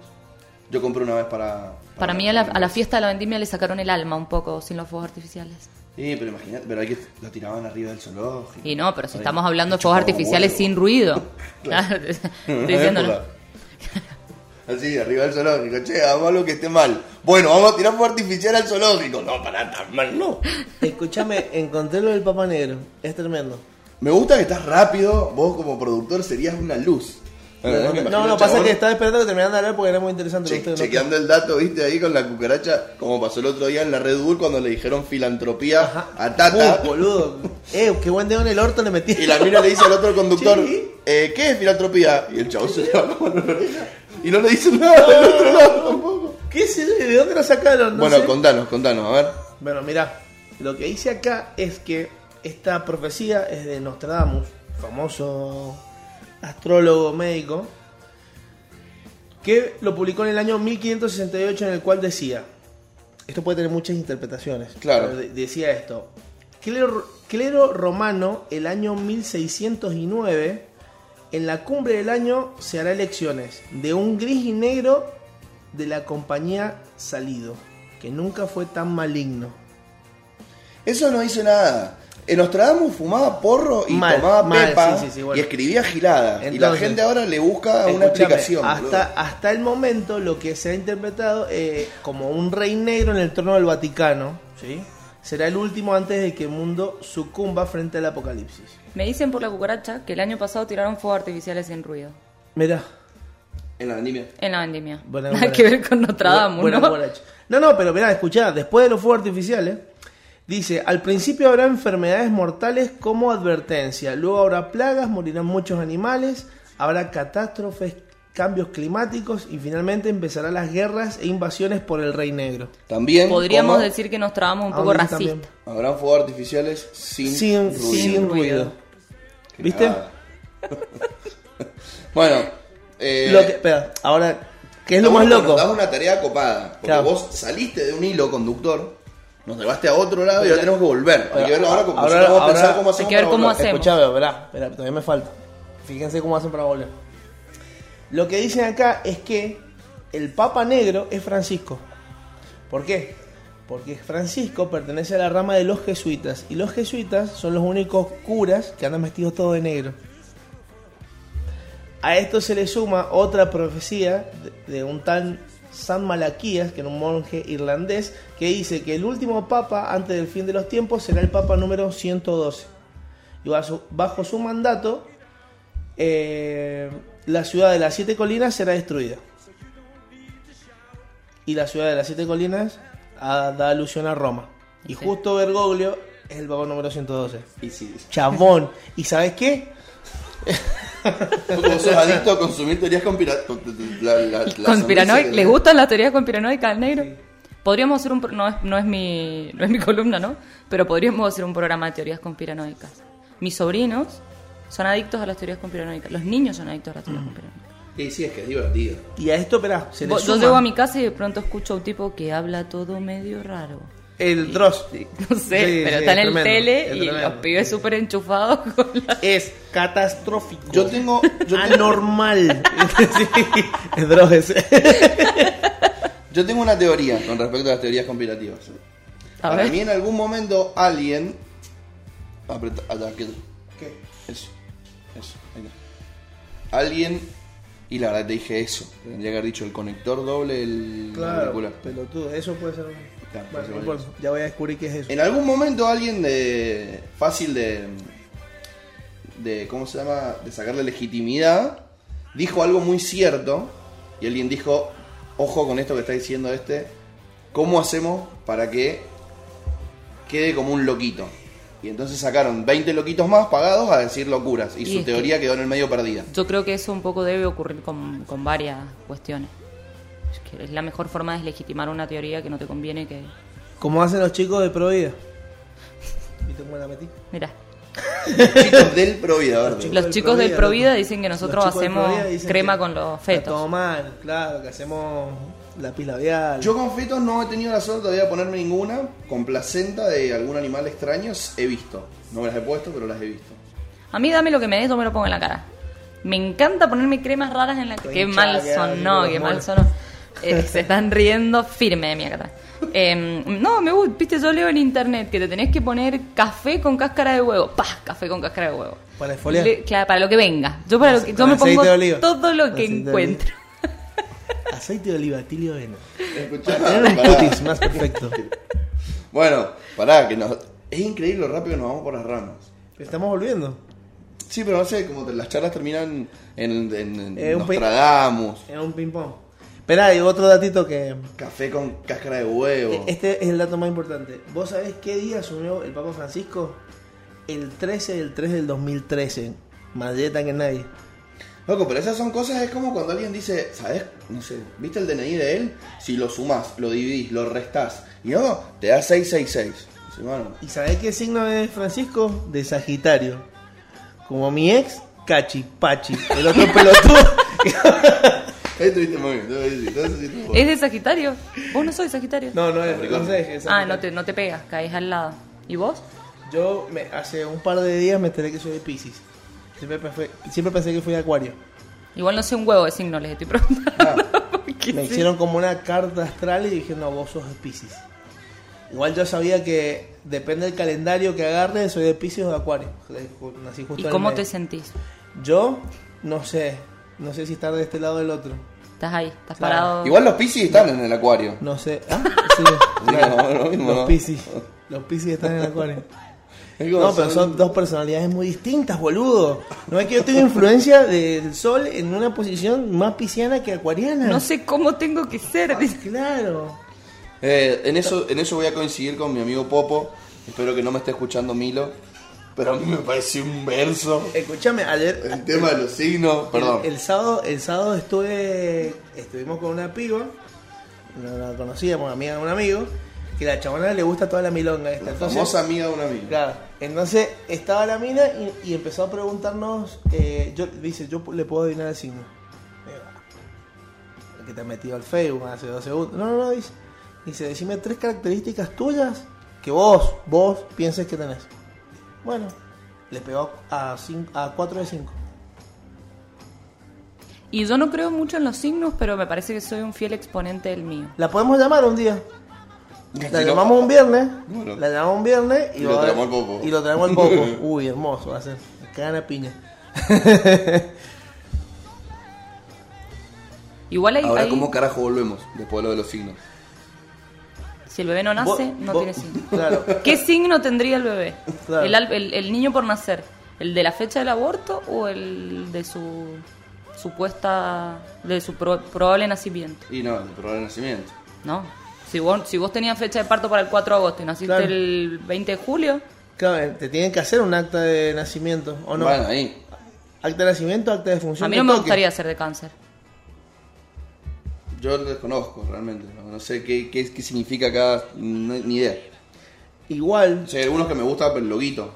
Yo compré una vez para. Para mí a la, a la fiesta de la vendimia le sacaron el alma un poco sin los fuegos artificiales. Sí, pero imagínate, pero hay que. Lo tiraban arriba del zoológico. Y no, pero si Ahí, estamos hablando de hecho fuegos como [LAUGHS] artificiales huevo. sin [LAUGHS] ruido. Claro. Claro, Estoy diciéndolo. [LAUGHS] Así, arriba del zoológico. Che, vamos a algo que esté mal. Bueno, vamos a tirar fuego artificial al zoológico. No, para tan mal, no. Escúchame, encontré lo del Papa Negro. Es tremendo. Me gusta que estás rápido. Vos, como productor, serías una luz. La verdad que me no, imagino no, al pasa chabón que estaba esperando que terminaran de hablar porque era muy interesante. Che- lo que ustedes no- chequeando el dato, viste, ahí con la cucaracha, como pasó el otro día en la Red Bull cuando le dijeron filantropía Ajá. a Tata. Uh, boludo. Eh, qué buen dedo en el orto le metí. y la mina le dice al otro conductor, Sí. eh, ¿qué es filantropía? Y el chavo se lleva la mano a la oreja y no le dice nada del otro lado tampoco. ¿Qué es eso? ¿De dónde lo sacaron? No bueno, sé. contanos, contanos, a ver. Bueno, mira, lo que dice acá es que esta profecía es de Nostradamus, famoso astrólogo médico, que lo publicó en el año 1568 en el cual decía, esto puede tener muchas interpretaciones, Claro. pero de- decía esto, clero, clero romano el año 1609, en la cumbre del año se hará elecciones de un gris y negro de la compañía Salido, que nunca fue tan maligno. Eso no dice nada. En Nostradamus fumaba porro y Mal, tomaba mal, pepa sí, sí, sí, bueno. y escribía giladas. y la Entonces, gente ahora le busca Ah, una Escuchame, explicación. boludo. Hasta, hasta el momento lo que se ha interpretado eh, como un rey negro en el trono del Vaticano ¿sí? será el último antes de que el mundo sucumba frente al apocalipsis. Me dicen por la cucaracha que el año pasado tiraron fuegos artificiales sin ruido. Mirá. En la vendimia. En la vendimia. buena- [LAUGHS] Nada buena- que ver con Nostradamus, buena- ¿no? buena ch- no, no, pero mirá, escuchá, después de los fuegos artificiales, dice, al principio habrá enfermedades mortales como advertencia, luego habrá plagas, morirán muchos animales, habrá catástrofes, cambios climáticos y finalmente empezarán las guerras e invasiones por el rey negro. También Podríamos coma, decir que Nostradamus un Ah, poco dice racista. también. habrán fuegos artificiales sin, sin, ruido. sin ruido. Que ¿Viste? nada. Ah. [LAUGHS] bueno, eh, Lo que- espera, ahora, ¿qué es lo más nos- Nos loco? das una tarea copada. Porque Claro. vos saliste de un hilo conductor, nos llevaste a otro lado y ahora tenemos que volver. Hay que verlo ahora como Ahora- nosotros vamos a ahora- pensar cómo hay hacemos. que ver para cómo volver. hacer. hacemos? Escuchame, verá, verá, todavía me falta. Fíjense cómo hacen para volver. Lo que dicen acá es que el Papa Negro es Francisco. ¿Por qué? Porque Francisco pertenece a la rama de los jesuitas. Y los jesuitas son los únicos curas que andan vestidos todos de negro. A esto se le suma otra profecía de- de un tal San Malaquías, que era un monje irlandés, que dice que el último papa antes del fin de los tiempos será el papa número 112. Y bajo, bajo su mandato, eh, la ciudad de las siete colinas será destruida. Y la ciudad de las siete colinas ah, da alusión a Roma. Y Sí. justo Bergoglio es el papa número 112. Y si Chabón. ¿Y sabes qué? vos como sos adicto a consumir teorías conspira- con- la- la- la Conspiranoica. sonrisa que- ¿Les gustan las teorías conspiranoicas al negro? Podríamos hacer un... pro- No es, no, es mi, no es mi columna, ¿no? Pero podríamos hacer un programa de teorías conspiranoicas. Mis sobrinos son adictos a las teorías conspiranoicas. Los niños son adictos a las teorías conspiranoicas. Sí, sí, es que es divertido. Y a esto, espera, Mm. se le Vos- Yo suma llego a mi casa y de pronto escucho a un tipo que habla todo medio raro. [LAUGHS] el Dross. No sé, Sí, pero sí, está en el tremendo, tele es y tremendo. los pibes súper enchufados [LAUGHS] con la... Es catastrófico. Yo tengo. Yo Ah, tengo Anormal. [LAUGHS] sí, es Dross. ese. Yo tengo una teoría con respecto a las teorías conspirativas. A Para ver. mí en algún momento alguien... Apreta, allá, quieto. Eso. Eso. ahí está. Alguien... Y la verdad te dije eso. Tendría que haber dicho el conector doble, el auricular. Claro, pelotudo. Eso puede ser. un- Claro, Bueno, eso no vale. importa, ya voy a descubrir qué es eso. En algún momento alguien de... Fácil de... De... ¿Cómo se llama? De sacarle legitimidad. Dijo algo muy cierto. Y alguien dijo... Ojo con esto que está diciendo este. ¿cómo hacemos para que quede como un loquito? Y entonces sacaron 20 loquitos más pagados a decir locuras. Y, Y su es teoría quedó en el medio perdida. Yo creo que eso un poco debe ocurrir con, con varias cuestiones. Es que Es la mejor forma de deslegitimar una teoría que no te conviene que... Como hacen los chicos de Provida. ¿Viste cómo la metí? Mira, Chicos del Provida, ¿verdad? Los chicos del Provida dicen que nosotros Los chicos del hacemos Provida dicen crema que con los la fetos. toman, claro, que hacemos lápiz labial. Yo con fetos no he tenido la suerte todavía de ponerme ninguna. Con placenta de algún animal extraño he visto. No me las he puesto, pero las he visto. A mí dame lo que me des, yo me lo pongo en la cara. Me encanta ponerme cremas raras en la cara. Estoy Qué hinchada, mal queda sonó, así qué como mal los sonó. Eh, se están riendo firme de mi acá. Eh, no, me gusta, viste, yo leo en internet que te tenés que poner café con cáscara de huevo. Pah, café con cáscara de huevo. Para esfoliar. Le- claro, para lo que venga. Yo para lo que, yo Con me aceite pongo de oliva. todo lo que Aceite de oliva. encuentro. Aceite de oliva, tilio vena. Escuchá, Tener un Ah, pará. cutis más perfecto. Bueno, pará, que nos... Es increíble lo rápido que nos vamos por las ramas. Estamos volviendo. Sí, pero no sé, como te- las charlas terminan en, en, en Eh, un pe- Nostradamus, Es un ping-pong. Espera, hay otro datito que. café con cáscara de huevo. Este es el dato más importante. ¿Vos sabés qué día asumió el Papa Francisco? El 13 del 3 del 2013. Más dieta que nadie. Loco, pero esas son cosas, es como cuando alguien dice, ¿sabes? No sé, ¿viste el DNI de él? Si lo sumás, lo dividís, lo restás, y no, te da 666. Sí, bueno, ¿Y sabés qué signo es Francisco? De Sagitario. Como mi ex, Cachi, Pachi. El otro pelotudo. ahí estuviste muy bien, te voy a decir, entonces sí, estuvo ¿Es bueno. de Sagitario? ¿Vos no sois Sagitario? No, no es. No sé, es ah, Sagitario. no te, no te pegas, caes al lado. ¿Y vos? Yo me- hace un par de días me enteré que soy de Pisces. Siempre, pensé- siempre pensé que fui de Acuario. Igual no sé un huevo de signo, les estoy preguntando. porque Me sí. hicieron como una carta astral y dije, no, vos sos de Pisces. Igual yo sabía que depende del calendario que agarre, soy de Pisces o de Acuario. Nací justo en ¿Y el cómo te medio. sentís? Yo no sé. No sé si estar de este lado o del otro. Estás ahí, estás Claro. parado. Igual los piscis están en el acuario. No sé. [LAUGHS] Ah, sí. Sí, no, lo mismo, los ¿no? Pisces. Los Pisces están en el Acuario. [LAUGHS] Es como No, pero son dos personalidades muy distintas, boludo. No es que yo tenga influencia del sol en una posición más pisciana que acuariana. No sé cómo tengo que ser. dice. Claro. Eh, en, eso, en eso voy a coincidir con mi amigo Popo. Espero que no me esté escuchando Milo. Pero a mí me pareció un verso. Escúchame, ayer, El tema de los signos, perdón. El, el sábado, el sábado estuve, estuvimos con una piba, no la conocíamos, amiga de un amigo, que la chabona le gusta toda la milonga esta. la Entonces, famosa amiga de un amigo. claro, entonces estaba la mina y, y empezó a preguntarnos, eh, yo dice, yo le puedo adivinar el signo. Digo, "Ah, el que te ha metido al Facebook hace dos segundos. No, no, no, dice, dice, decime tres características tuyas que vos, vos pienses que tenés. Bueno, le pegó a, cin- a 4 de 5. Y yo no creo mucho en los signos, pero me parece que soy un fiel exponente del mío. La podemos llamar un día. La Si no- llamamos un viernes. Bueno. La llamamos un viernes y, Y lo va a- traemos al popo. Y lo traemos [LAUGHS] al popo. Uy, hermoso, va a ser. Me cagan a piña. Igual hay. Ahora, hay- ¿cómo carajo volvemos después de lo de los signos? Si el bebé no nace, Vos- no vos- tiene signo. [LAUGHS] Claro. ¿Qué signo tendría el bebé? [LAUGHS] Claro. El, al- el- el niño por nacer. ¿El de la fecha del aborto o el de su supuesta. de su pro- probable nacimiento? Y no, el problema de nacimiento. ¿No? Si vos, si vos tenías fecha de parto para el 4 de agosto y naciste Claro. el 20 de julio, Claro, eh, te tienen que hacer un acta de nacimiento, ¿o no? Bueno, ahí. Acta de nacimiento, acta de función. a mí de no me toque. gustaría ser de cáncer. Yo lo desconozco realmente. No, No sé qué, qué, qué significa cada. no- ni idea. Igual, O sea, hay algunos que me gusta, pero el loguito.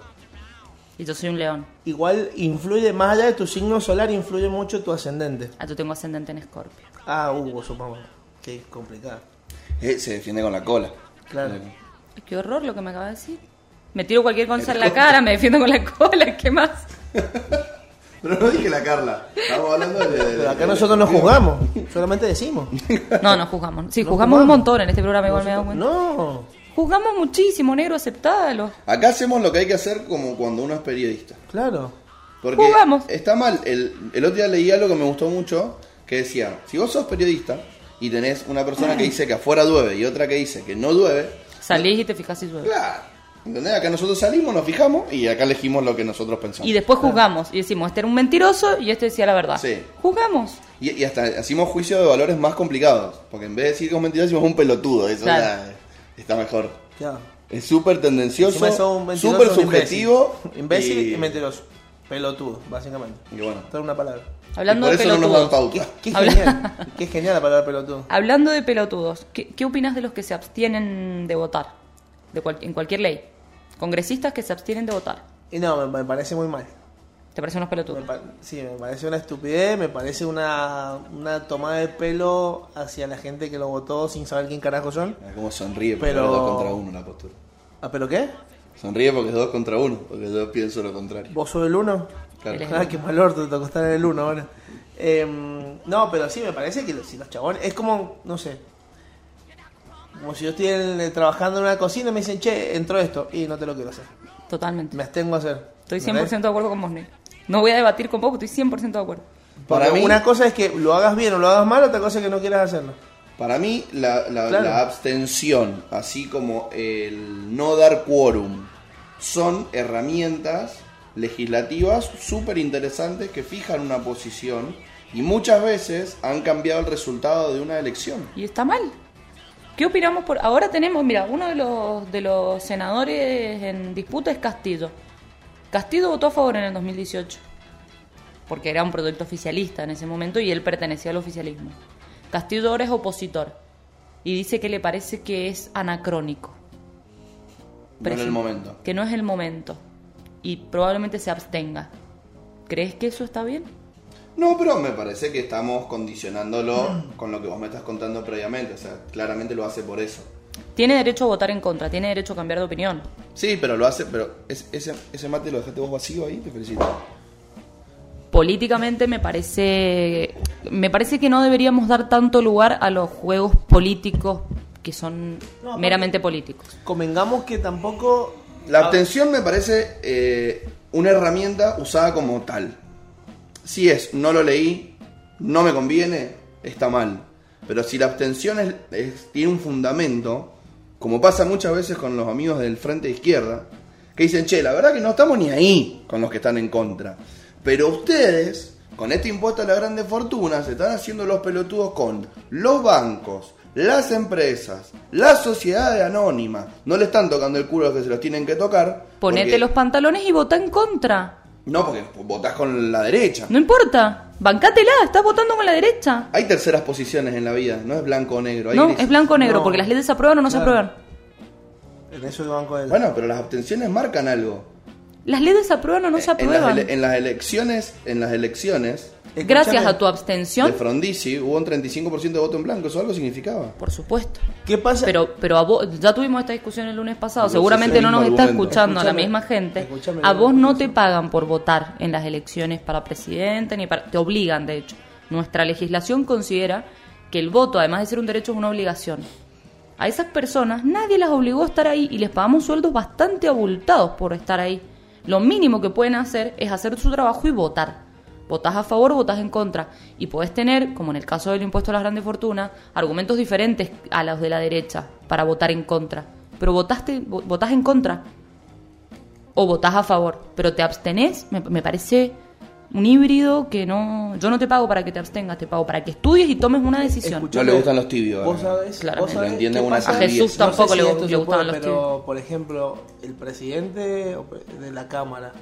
Y yo soy un león. igual influye, más allá de tu signo solar, influye mucho tu ascendente. Ah, yo tengo ascendente en escorpio. Ah, Hugo, supongo. Qué complicado. Eh, se defiende con la cola. Claro. Ay, Qué horror lo que me acaba de decir. Me tiro cualquier cosa en la cara, me defiendo con la cola, [LAUGHS] ¿qué más? Pero no dije la Carla. Estamos hablando de. de- de- [LAUGHS] Pero acá nosotros no juzgamos, solamente decimos. No, no juzgamos. Sí, No juzgamos un juzgamos. montón en este programa, igual me he dado cuenta. No. Juzgamos muchísimo, negro, aceptalo. Acá hacemos lo que hay que hacer como cuando uno es periodista. Claro. Porque Jugamos. está mal. El, el otro día leí algo que me gustó mucho, que decía, si vos sos periodista y tenés una persona que dice que afuera llueve y otra que dice que no llueve, Salís y te fijas si llueve. claro. ¿Entendés? Acá nosotros salimos, nos fijamos y acá elegimos lo que nosotros pensamos. Y después juzgamos y decimos, este era un mentiroso y este decía la verdad. Sí. Juzgamos. Y, y hasta hacemos juicios de valores más complicados. Porque en vez de decir que es mentira, decimos un pelotudo. Eso Claro. ya está mejor. Ya. Es súper tendencioso, Encima son un mentiroso, súper un imbécil. subjetivo. Imbécil y... y- mentiroso. Pelotudo, básicamente. Y bueno. Toda una palabra. Hablando y por de eso no nos dan pelotudos. pauta. Oh, Qué, qué Habla- genial. [LAUGHS] qué genial la palabra pelotudo. Hablando de pelotudos, ¿qué, qué opinas de los que se abstienen de votar? De cual- en cualquier ley. Congresistas que se abstienen de votar. Y no, me, me parece muy mal. ¿Te parecen unos Me pelotudos? pa- sí, me parece una estupidez, me parece una, una tomada de pelo hacia la gente que lo votó sin saber quién carajo son. Mira cómo sonríe porque Pero- es dos contra uno la postura. ¿Ah, pero qué? Sonríe porque es dos contra uno, porque yo pienso lo contrario. ¿Vos sos el uno? Claro. Él Ah, qué mal orto, te tocó estar en el uno ahora. Em, no, pero sí, me parece que los- si los chabones. Es como, no sé. Como si yo estuviera trabajando en una cocina y me dicen, che, entró esto. Y no te lo quiero hacer. Totalmente. Me abstengo a hacer. Estoy ¿Entendés? 100% de acuerdo con vos, Nick. No voy a debatir con vos, porque estoy 100% de acuerdo. Para Porque mí- Una cosa es que lo hagas bien o lo hagas mal, otra cosa es que no quieras hacerlo. Para mí, la, la- Claro. la abstención, así como el no dar quórum, son herramientas legislativas súper interesantes que fijan una posición y muchas veces han cambiado el resultado de una elección. Y está mal. ¿Qué opinamos por.? Ahora tenemos, mira, uno de los, de los senadores en disputa es Castillo. Castillo votó a favor en el 2018. Porque era un proyecto oficialista en ese momento y él pertenecía al oficialismo. Castillo ahora es opositor. Y dice que le parece que es anacrónico. No en el Presen- momento. Que no es el momento. Y probablemente se abstenga. ¿Crees que eso está bien? No, pero me parece que estamos condicionándolo [CLEARS THROAT] con lo que vos me estás contando previamente. O sea, claramente lo hace por eso. Tiene derecho a votar en contra, tiene derecho a cambiar de opinión. Sí, pero lo hace, pero es- ese, ese mate lo dejaste vos vacío ahí, te felicito. políticamente me parece me parece que no deberíamos dar tanto lugar a los juegos políticos que son No, aparte- meramente políticos. Convengamos que tampoco. La abstención me parece eh, una herramienta usada como tal. Si es, no lo leí, no me conviene, está mal. Pero si la abstención es- es- tiene un fundamento, como pasa muchas veces con los amigos del frente de izquierda, que dicen, che, la verdad que no estamos ni ahí con los que están en contra. Pero ustedes, con este impuesto a la grande fortuna, se están haciendo los pelotudos con los bancos, las empresas, las sociedades anónimas. No le están tocando el culo a los que se los tienen que tocar. Ponete porque- los pantalones y vota en contra. No, porque votás con la derecha. No importa. Bancátela, estás votando con la derecha. Hay terceras posiciones en la vida, no es blanco o negro. hay No, grises. es blanco o negro, No. porque las leyes se aprueban o no se Claro. aprueban. Ah, En eso de banco de. Bueno, pero las abstenciones marcan algo. Las leyes se aprueban o no se En las, aprueban. ele- en las elecciones, en las elecciones Escúchame, Gracias a tu de abstención, Frondizi hubo un 35% de voto en blanco, eso algo significaba. por supuesto. ¿Qué pasa? Pero, pero a vos, ya tuvimos esta discusión el lunes pasado, No sé si seguramente es no el nos mismo está argumento. escuchando la Escúchame, misma gente. escúchame, A no, vos no escúchame. te pagan por votar en las elecciones para presidente, ni para, te obligan, de hecho. Nuestra legislación considera que el voto, además de ser un derecho, es una obligación. A esas personas nadie las obligó a estar ahí y les pagamos sueldos bastante abultados por estar ahí. Lo mínimo que pueden hacer es hacer su trabajo y votar. Votás a favor, votás en contra. Y podés tener, como en el caso del impuesto a las grandes fortunas, argumentos diferentes a los de la derecha para votar en contra. Pero votaste, vo- votás en contra o votás a favor, pero te abstenés, me, me parece un híbrido que no... Yo no te pago para que te abstengas, te pago para que estudies y tomes una decisión. Escuchame, No le gustan los tibios, Vos eh. sabés, Claramente. vos sabés Lo entiende qué una pasa. A Jesús No sé tampoco le- esto le se gustaban los Pero, tibios. por ejemplo, el presidente o pre- de la Cámara,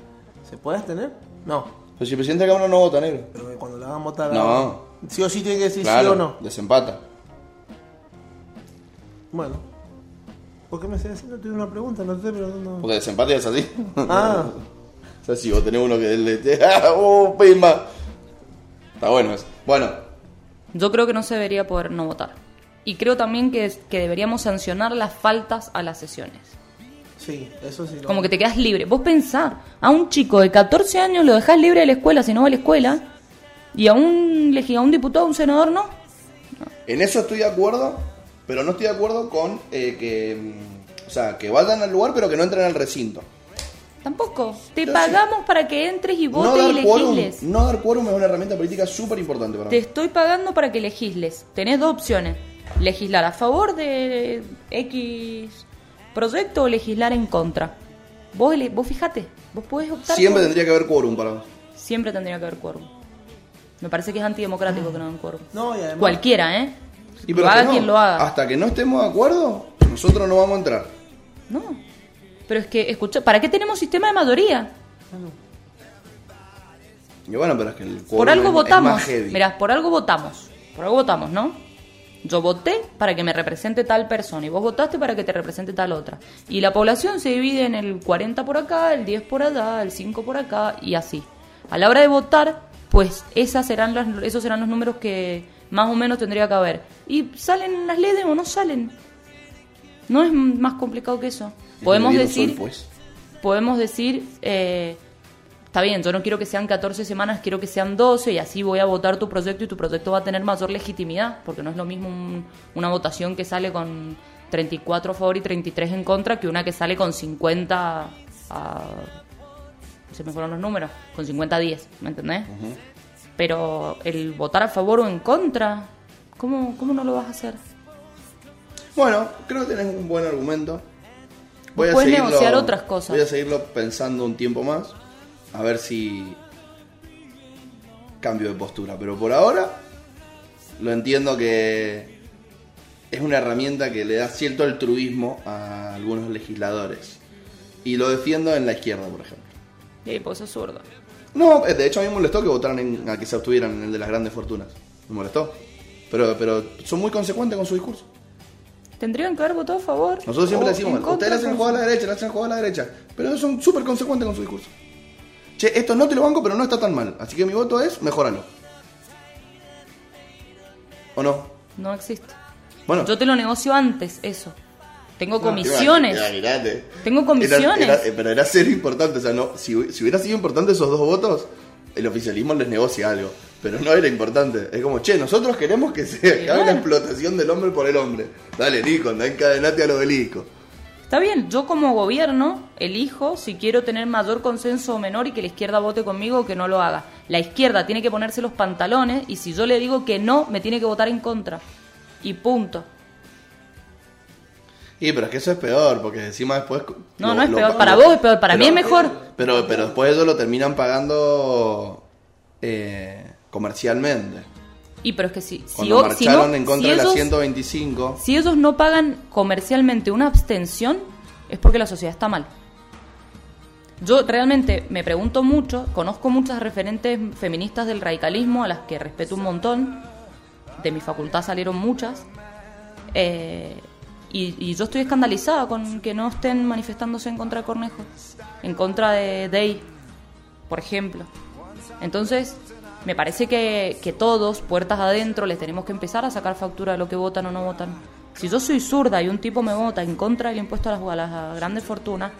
¿se puede abstener? No. Pero si el presidente de la Cámara no vota negro. Pero que cuando la hagan votar. No. ahora, Sí o sí tiene que decir sí claro, o no. desempata. Bueno. ¿Por qué me haces así? No tuve una pregunta, no te estoy preguntando. Porque desempate es así. [LAUGHS] Ah, o sea, si vos tenés uno que le te- [LAUGHS] ¡Ah, ¡Oh, Pima! Está bueno eso. Bueno, Yo creo que no se debería poder no votar. Y creo también que, es- que deberíamos sancionar las faltas a las sesiones. sí, eso sí. lo- Como que te quedas libre. Vos pensar, a un chico de 14 años lo dejás libre de la escuela si no va a la escuela, y a un, legi- a un diputado, a un senador, no. en eso estoy de acuerdo, pero no estoy de acuerdo con eh, que. mm, O sea, que vayan al lugar, pero que no entren al recinto. Tampoco. Te Yo sí. pagamos para que entres y No votes y dar, quórum, legisles. no dar quórum es una herramienta política súper importante para Te mí. estoy pagando para que legisles. Tenés dos opciones. Legislar a favor de X proyecto o legislar en contra. Vos, ele- vos fijate, vos podés optar. Siempre por- tendría que haber quórum para vos. Siempre tendría que haber quórum. Me parece que es antidemocrático que no hagan quórum. No, y además- Cualquiera, ¿eh? Ah. Y lo pero Ah. haga que no, quien lo haga. Hasta que no estemos de acuerdo, nosotros no vamos a entrar. No. Pero es que, escucha, ¿para qué tenemos sistema de mayoría? Y bueno, pero es que el Por quórum algo es- es votamos. más heavy. Mirá, por algo votamos. Por algo votamos, ¿no? Yo voté para que me represente tal persona y vos votaste para que te represente tal otra. Y la población se divide en el 40 por acá, el 10 por allá, el 5 por acá y así. A la hora de votar, pues esas serán las, esos serán los números que más o menos tendría que haber. Y salen las leyes o no salen. No es m- más complicado que eso. El Podemos gobierno soy, decir pues. podemos decir, eh, está bien, yo no quiero que sean 14 semanas, quiero que sean 12 y así voy a votar tu proyecto y tu proyecto va a tener mayor legitimidad, porque no es lo mismo un- una votación que sale con 34 a favor y 33 en contra que una que sale con 50 a... Se me fueron los números, con 50 a 10, ¿me entendés? Pero el votar a favor o en contra, ¿cómo, ¿cómo no lo vas a hacer? Bueno, creo que tenés un buen argumento. Voy a Puedes seguirlo- negociar otras cosas. Voy a seguirlo pensando un tiempo más. A ver si cambio de postura. Pero por ahora lo entiendo que es una herramienta que le da cierto altruismo a algunos legisladores. Y lo defiendo en la izquierda, por ejemplo. Y pues es zurdo. No, eh, de hecho a mí me molestó que votaran en- a que se abstuvieran en el de las grandes fortunas. Me molestó. Pero, pero son muy consecuentes con su discurso. Tendrían que haber votado a favor. Nosotros siempre le o Oh, en decimos, contra ustedes le hacen el con- juego a la derecha, le hacen el juego a la derecha. Pero ellos son súper consecuentes con su discurso. Che, esto no te lo banco, pero no está tan mal. Así que mi voto es, mejoralo. ¿O no? No existe. Bueno. Yo te lo negocio antes, eso. Tengo Ya, comisiones. mirate. Tengo comisiones. Era- era- eh, pero era ser importante. O sea, no, si, hu- si hubiera sido importante esos dos votos, el oficialismo les negocia algo. Pero no era importante. Es como, che, nosotros queremos que se acabe la bueno. explotación del hombre por el hombre. Dale, Nico, anda encadenate al obelisco. Está bien, yo como gobierno elijo si quiero tener mayor consenso o menor y que la izquierda vote conmigo o que no lo haga. La izquierda tiene que ponerse los pantalones y si yo le digo que no, me tiene que votar en contra. Y punto. Y pero es que eso es peor, porque encima después. No, no es peor. Para vos es peor, para mí es mejor. Pero, pero después eso lo terminan pagando eh, comercialmente. Y pero es que si, si, Cuando o- si marcharon no, en contra si de la ellos- 125. si ellos no pagan comercialmente una abstención, es porque la sociedad está mal. Yo realmente me pregunto mucho, conozco muchas referentes feministas del radicalismo, a las que respeto un montón, de mi facultad salieron muchas, eh, y, y yo estoy escandalizada con que no estén manifestándose en contra de Cornejo, en contra de Day, por ejemplo. Entonces, me parece que, que todos, puertas adentro, les tenemos que empezar a sacar factura de lo que votan o no votan. Si yo soy zurda y un tipo me vota en contra del impuesto a las, a las grandes fortunas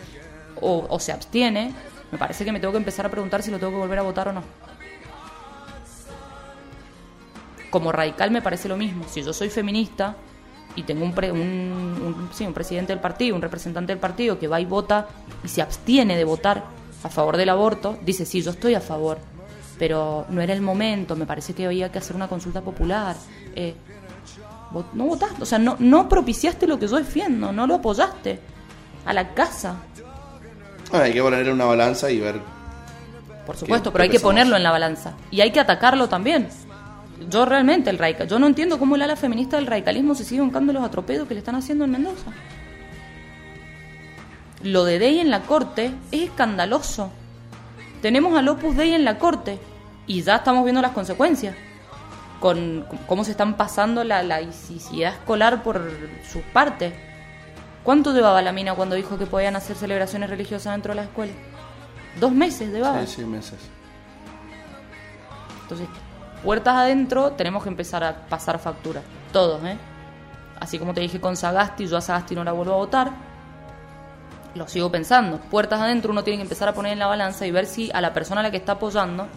o, o se abstiene, me parece que me tengo que empezar a preguntar si lo tengo que volver a votar o no. Como radical me parece lo mismo. Si yo soy feminista y tengo un, pre- un- un- sí, un presidente del partido, un representante del partido que va y vota y se abstiene de votar a favor del aborto, dice, sí, yo estoy a favor, pero no era el momento, me parece que había que hacer una consulta popular. Eh, vot- no votaste, o sea, no, no propiciaste lo que yo defiendo, no lo apoyaste. A la casa, Bueno, hay que poner en una balanza y ver. por supuesto, ¿Qué- qué pero hay que pensamos? ponerlo en la balanza. Y hay que atacarlo también. Yo realmente, el radical, yo no entiendo cómo el ala feminista del radicalismo se sigue bancando los atropellos que le están haciendo en Mendoza. Lo de Dey en la corte es escandaloso. Tenemos al Opus Dei en la corte y ya estamos viendo las consecuencias. Con con cómo se están pasando la laicidad escolar por sus partes. ¿Cuánto llevaba la mina cuando dijo que podían hacer celebraciones religiosas dentro de las escuelas? Dos meses llevaba. Sí, sí, meses. Entonces, puertas adentro, tenemos que empezar a pasar factura. Todos, ¿eh? Así como te dije con Sagasti, yo a Sagasti no la vuelvo a votar. Lo sigo pensando. Puertas adentro, uno tiene que empezar a poner en la balanza y ver si a la persona a la que está apoyando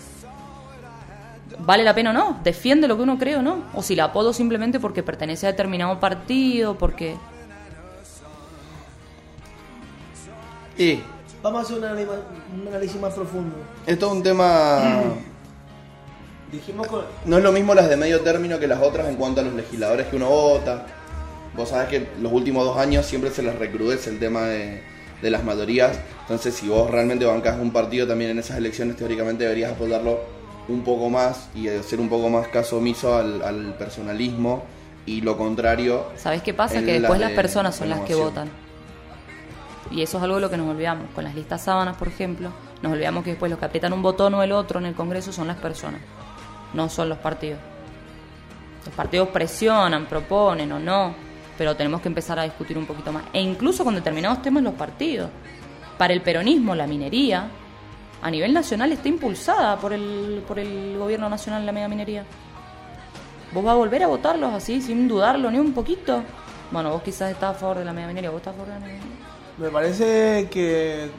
vale la pena o no. Defiende lo que uno cree o no. O si la apodo simplemente porque pertenece a determinado partido, porque. Y Vamos a hacer un anima- un análisis más profundo. esto es un tema. [CLEARS THROAT] Dijimos con... No es lo mismo las de medio término que las otras en cuanto a los legisladores que uno vota. Vos sabés que los últimos dos años siempre se les recrudece el tema de, de las mayorías. Entonces, si vos realmente bancás un partido también en esas elecciones, teóricamente deberías apoyarlo un poco más y hacer un poco más caso omiso al, al personalismo y lo contrario. ¿Sabes qué pasa? en Que después la las de personas son las que votan. renovación. Y eso es algo de lo que nos olvidamos. Con las listas sábanas, por ejemplo, nos olvidamos que después los que aprietan un botón o el otro en el Congreso son las personas, no son los partidos. Los partidos presionan, proponen o no, pero tenemos que empezar a discutir un poquito más. E incluso con determinados temas los partidos. Para el peronismo, la minería, a nivel nacional está impulsada por el, por el gobierno nacional la mega minería. ¿Vos vas a volver a votarlos así, sin dudarlo ni un poquito? Bueno, vos quizás estás a favor de la media minería, vos estás a favor de la media minería. Me parece que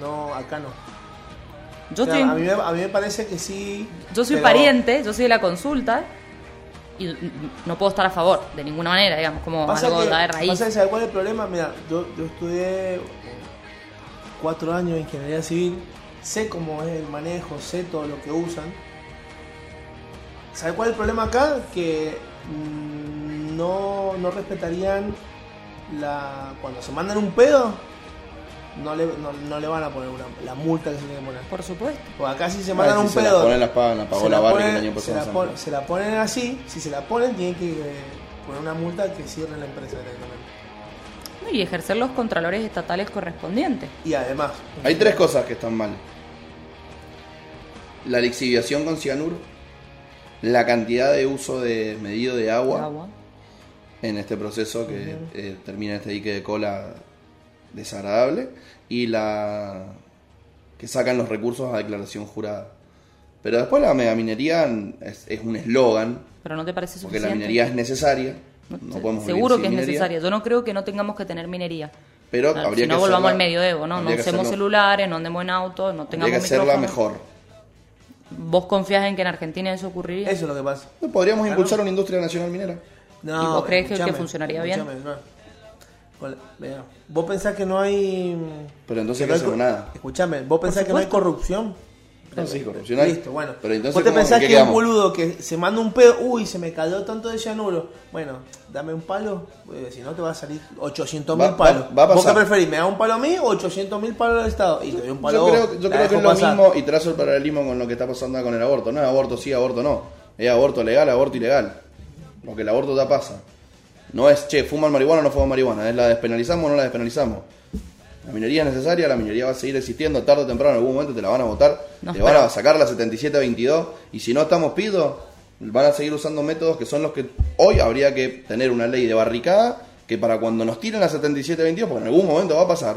no, acá no. Yo, O sea, estoy- a, mí, me- a mí me parece que sí. yo soy pero- pariente, yo soy de la consulta y no puedo estar a favor de ninguna manera, digamos, como Pasa algo que, de raíz. pasa que, ¿sabes cuál es el problema? Mira, yo, yo estudié cuatro años de ingeniería civil, sé cómo es el manejo, sé todo lo que usan. ¿Sabes cuál es el problema acá? Que mm, no, no respetarían la. Cuando se mandan un pedo, no le, no, no le van a poner una, la multa que se tiene que poner. Por supuesto. Porque acá si se Ah, mandan si un se pedo. la ponen, la pagan, la pagó Se la la Barry ponen- el año se pasado. la, en San pon- Juan. se la ponen así, si se la ponen tienen que eh, poner una multa que cierre la empresa directamente. No, Y ejercer los contralores estatales correspondientes. Y además, Hay tres cosas que están mal. La lixiviación con cianuro, la cantidad de uso de medido de agua, Agua. en este proceso que eh, termina en este dique de cola desagradable y la que sacan los recursos a declaración jurada. Pero después la megaminería es, es un eslogan, Pero no te parece porque suficiente. la minería es necesaria. No, Se- podemos vivir Seguro sin que es minería, necesaria. Yo no creo que no tengamos que tener minería. Pero Claro, habría si que no volvamos hacerla- al medioevo, ¿no? No habría que usemos hacerlo- celulares, no andemos en auto, no Habría tengamos que hacerla micrófono. mejor. ¿Vos confías en que en Argentina eso ocurriría? eso es lo que pasa. No, Podríamos impulsar una industria nacional minera. No, ¿Y vos crees que- que escuchame, funcionaría bien? escuchame, no. Con la- mira, vos pensás que no hay. Pero entonces que no hay hacemos cor- nada. Escuchame, vos pensás que no hay corrupción. No, sí, corrupción hay. Listo, bueno. Pero entonces, vos te ¿cómo- en pensás qué que un quedamos? boludo que se manda un pedo, uy, se me cayó tanto de cianuro. Bueno, dame un palo, eh, si no te va a salir 800 Va- mil va- palos. va a ¿Vos qué pasar. preferís? ¿Me da un palo a mí o 800 mil palos al Estado? Y te doy un palo Yo a vos, creo, yo la creo que dejo es lo pasar. mismo y trazo el paralelismo con lo que está pasando con el aborto. No es aborto sí, aborto no. Es aborto legal, aborto ilegal. Porque el aborto ya pasa. No es, che, fuman marihuana o no fuman marihuana. Es la despenalizamos o no la despenalizamos. La minería es necesaria, la minería va a seguir existiendo tarde o temprano. En algún momento te la van a votar, No, te van pero- a sacar la 7722. Y si no estamos pidos, van a seguir usando métodos que son los que hoy habría que tener una ley de barricada. Que para cuando nos tiren la 7722, porque en algún momento va a pasar,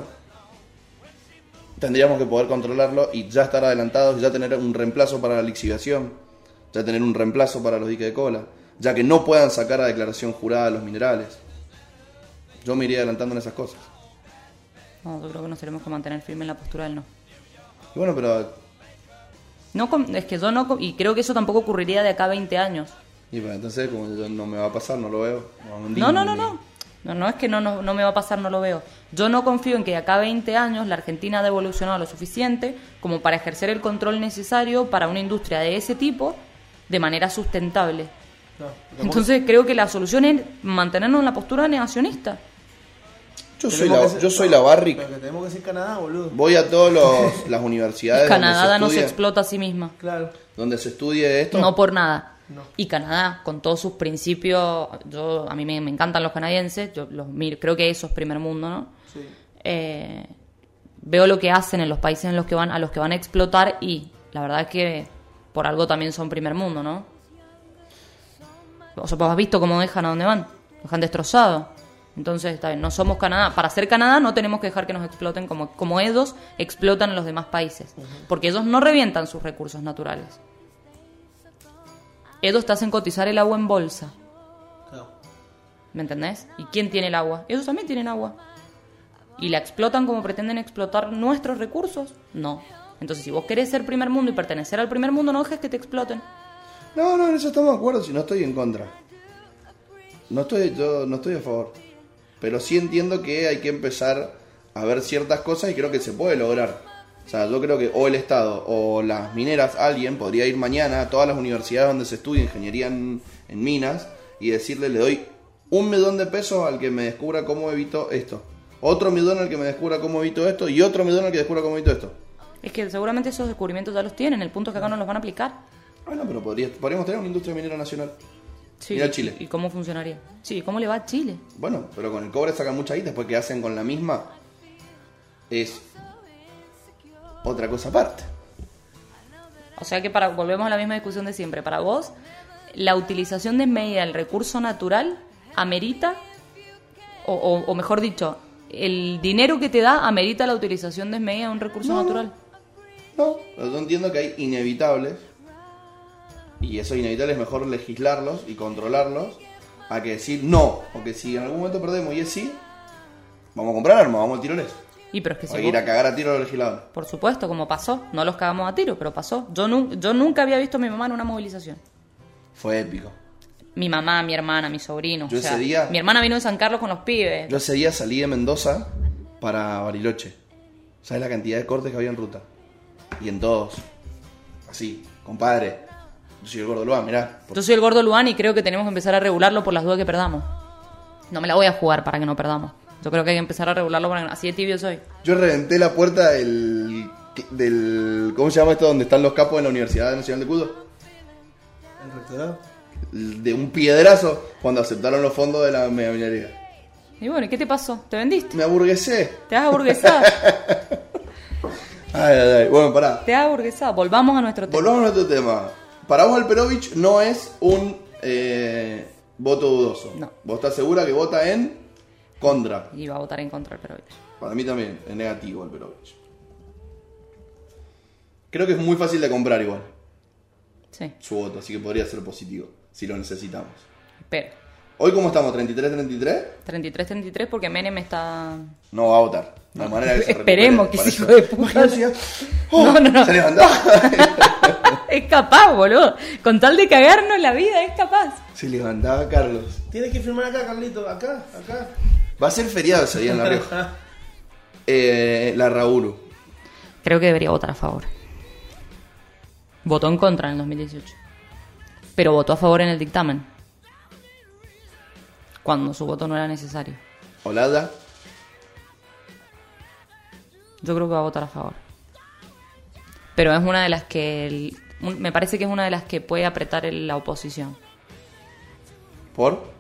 tendríamos que poder controlarlo y ya estar adelantados, ya tener un reemplazo para la lixiviación, ya tener un reemplazo para los diques de cola, ya que no puedan sacar a declaración jurada los minerales. Yo me iría adelantando en esas cosas. No, yo creo que nos tenemos que mantener firme en la postura del no. Y bueno, pero, No, con- es que yo no, con- y creo que eso tampoco ocurriría de acá a 20 años. y bueno, entonces como yo- no me va a pasar, no lo veo. No, no, no, no. No, no es que no, no, no me va a pasar, no lo veo. Yo no confío en que de acá a 20 años la Argentina ha evolucionado lo suficiente como para ejercer el control necesario para una industria de ese tipo de manera sustentable. No, tampoco- Entonces creo que la solución es mantenernos en la postura negacionista. Yo soy tenemos la, que ser- yo soy la Barrick, Pero que tenemos que ser Canadá, boludo. voy a todas las universidades donde se Canadá no se estudie- explota a sí misma. Claro. donde se estudie esto. No por nada. No. Y Canadá, con todos sus principios, yo a mí me, me encantan los canadienses, yo los miro, creo que eso es primer mundo, ¿no? Sí. Eh, veo lo que hacen en los países en los que van, a los que van a explotar y la verdad es que por algo también son primer mundo, ¿no? O sea, pues has visto cómo dejan a dónde van, los dejan destrozados. Entonces, está bien, no somos Canadá. Para ser Canadá no tenemos que dejar que nos exploten como, como ellos explotan a los demás países. Porque ellos no revientan sus recursos naturales. Ellos te hacen cotizar el agua en bolsa. Claro. ¿Me entendés? ¿Y quién tiene el agua? Ellos también tienen agua. ¿Y la explotan como pretenden explotar nuestros recursos? No. Entonces, si vos querés ser primer mundo y pertenecer al primer mundo, no dejes que te exploten. No, no, en eso estamos de acuerdo, si no estoy en contra. No estoy, yo no estoy a favor. Pero sí entiendo que hay que empezar a ver ciertas cosas y creo que se puede lograr. O sea, yo creo que o el Estado o las mineras, alguien podría ir mañana a todas las universidades donde se estudia ingeniería en, en minas y decirle, le doy un millón de pesos al que me descubra cómo evito esto. Otro millón al que me descubra cómo evito esto y otro millón al que descubra cómo evito esto. Es que seguramente esos descubrimientos ya los tienen, el punto es que acá no los van a aplicar. Ah, no, pero podría- podríamos tener una industria minera nacional. Sí, Mira Chile. ¿Y cómo funcionaría? Sí, ¿cómo le va a Chile? Bueno, pero con el cobre sacan mucha guita, después que hacen con la misma es otra cosa aparte. O sea que para volvemos a la misma discusión de siempre. Para vos, la utilización desmedida del recurso natural amerita, o, o- o mejor dicho, el dinero que te da amerita la utilización desmedida de un recurso natural. No, yo entiendo que hay inevitables y esos inevitables es mejor legislarlos y controlarlos a que decir no, o que si en algún momento perdemos y es sí, vamos a comprar armas, vamos a tiroles. Y pero es que O si ir vos- a cagar a tiro al legislador. por supuesto, como pasó, no los cagamos a tiro, pero pasó. Yo, nu- yo nunca había visto a mi mamá en una movilización. Fue épico. Mi mamá, mi hermana, mi sobrino. Yo o sea, ese día- Mi hermana vino de San Carlos con los pibes. Yo ese día salí de Mendoza para Bariloche. ¿Sabes la cantidad de cortes que había en ruta? Y en todos. Así, compadre. Yo soy el gordo Luan, mirá. Yo soy el gordo Luan y creo que tenemos que empezar a regularlo por las dudas que perdamos. No me la voy a jugar para que no perdamos. Yo creo que hay que empezar a regularlo para que- Así de tibio soy. Yo reventé la puerta del, del. ¿Cómo se llama esto? Donde están los capos de la Universidad Nacional de Cudo. El rectorado. De un piedrazo cuando aceptaron los fondos de la media minería. Y bueno, ¿y qué te pasó? ¿Te vendiste? Me aburguesé. ¿Te [LAUGHS] has aburguesado? Ay, ay, ay. Bueno, pará. ¿Te has aburguesado? Volvamos a nuestro tema. Volvamos a otro tema. Para vos, Alperovich no es un eh, voto dudoso. No. Vos estás segura que vota en contra. Y va a votar en contra del Perovich. Para mí también es negativo Alperovich. Creo que es muy fácil de comprar igual Sí, su voto, así que podría ser positivo si lo necesitamos. espero. Hoy, ¿cómo estamos? ¿33-33? 33-33 porque Menem está... No va a votar. De manera que se Esperemos recupere, que para ese eso. hijo de [LAUGHS] puta... No, no, no. Se levantó. [LAUGHS] [LAUGHS] Es capaz, boludo. Con tal de cagarnos la vida, es capaz. se levantaba Carlos. Tienes que firmar acá, Carlito. Acá, acá. Va a ser feriado ese día en La Rioja. Ah, Eh, la Raúl. Creo que debería votar a favor. Votó en contra en el 2018. Pero votó a favor en el dictamen. Cuando su voto no era necesario. Holanda. Yo creo que va a votar a favor. Pero es una de las que... el- un- me parece que es una de las que puede apretar el- la oposición. Por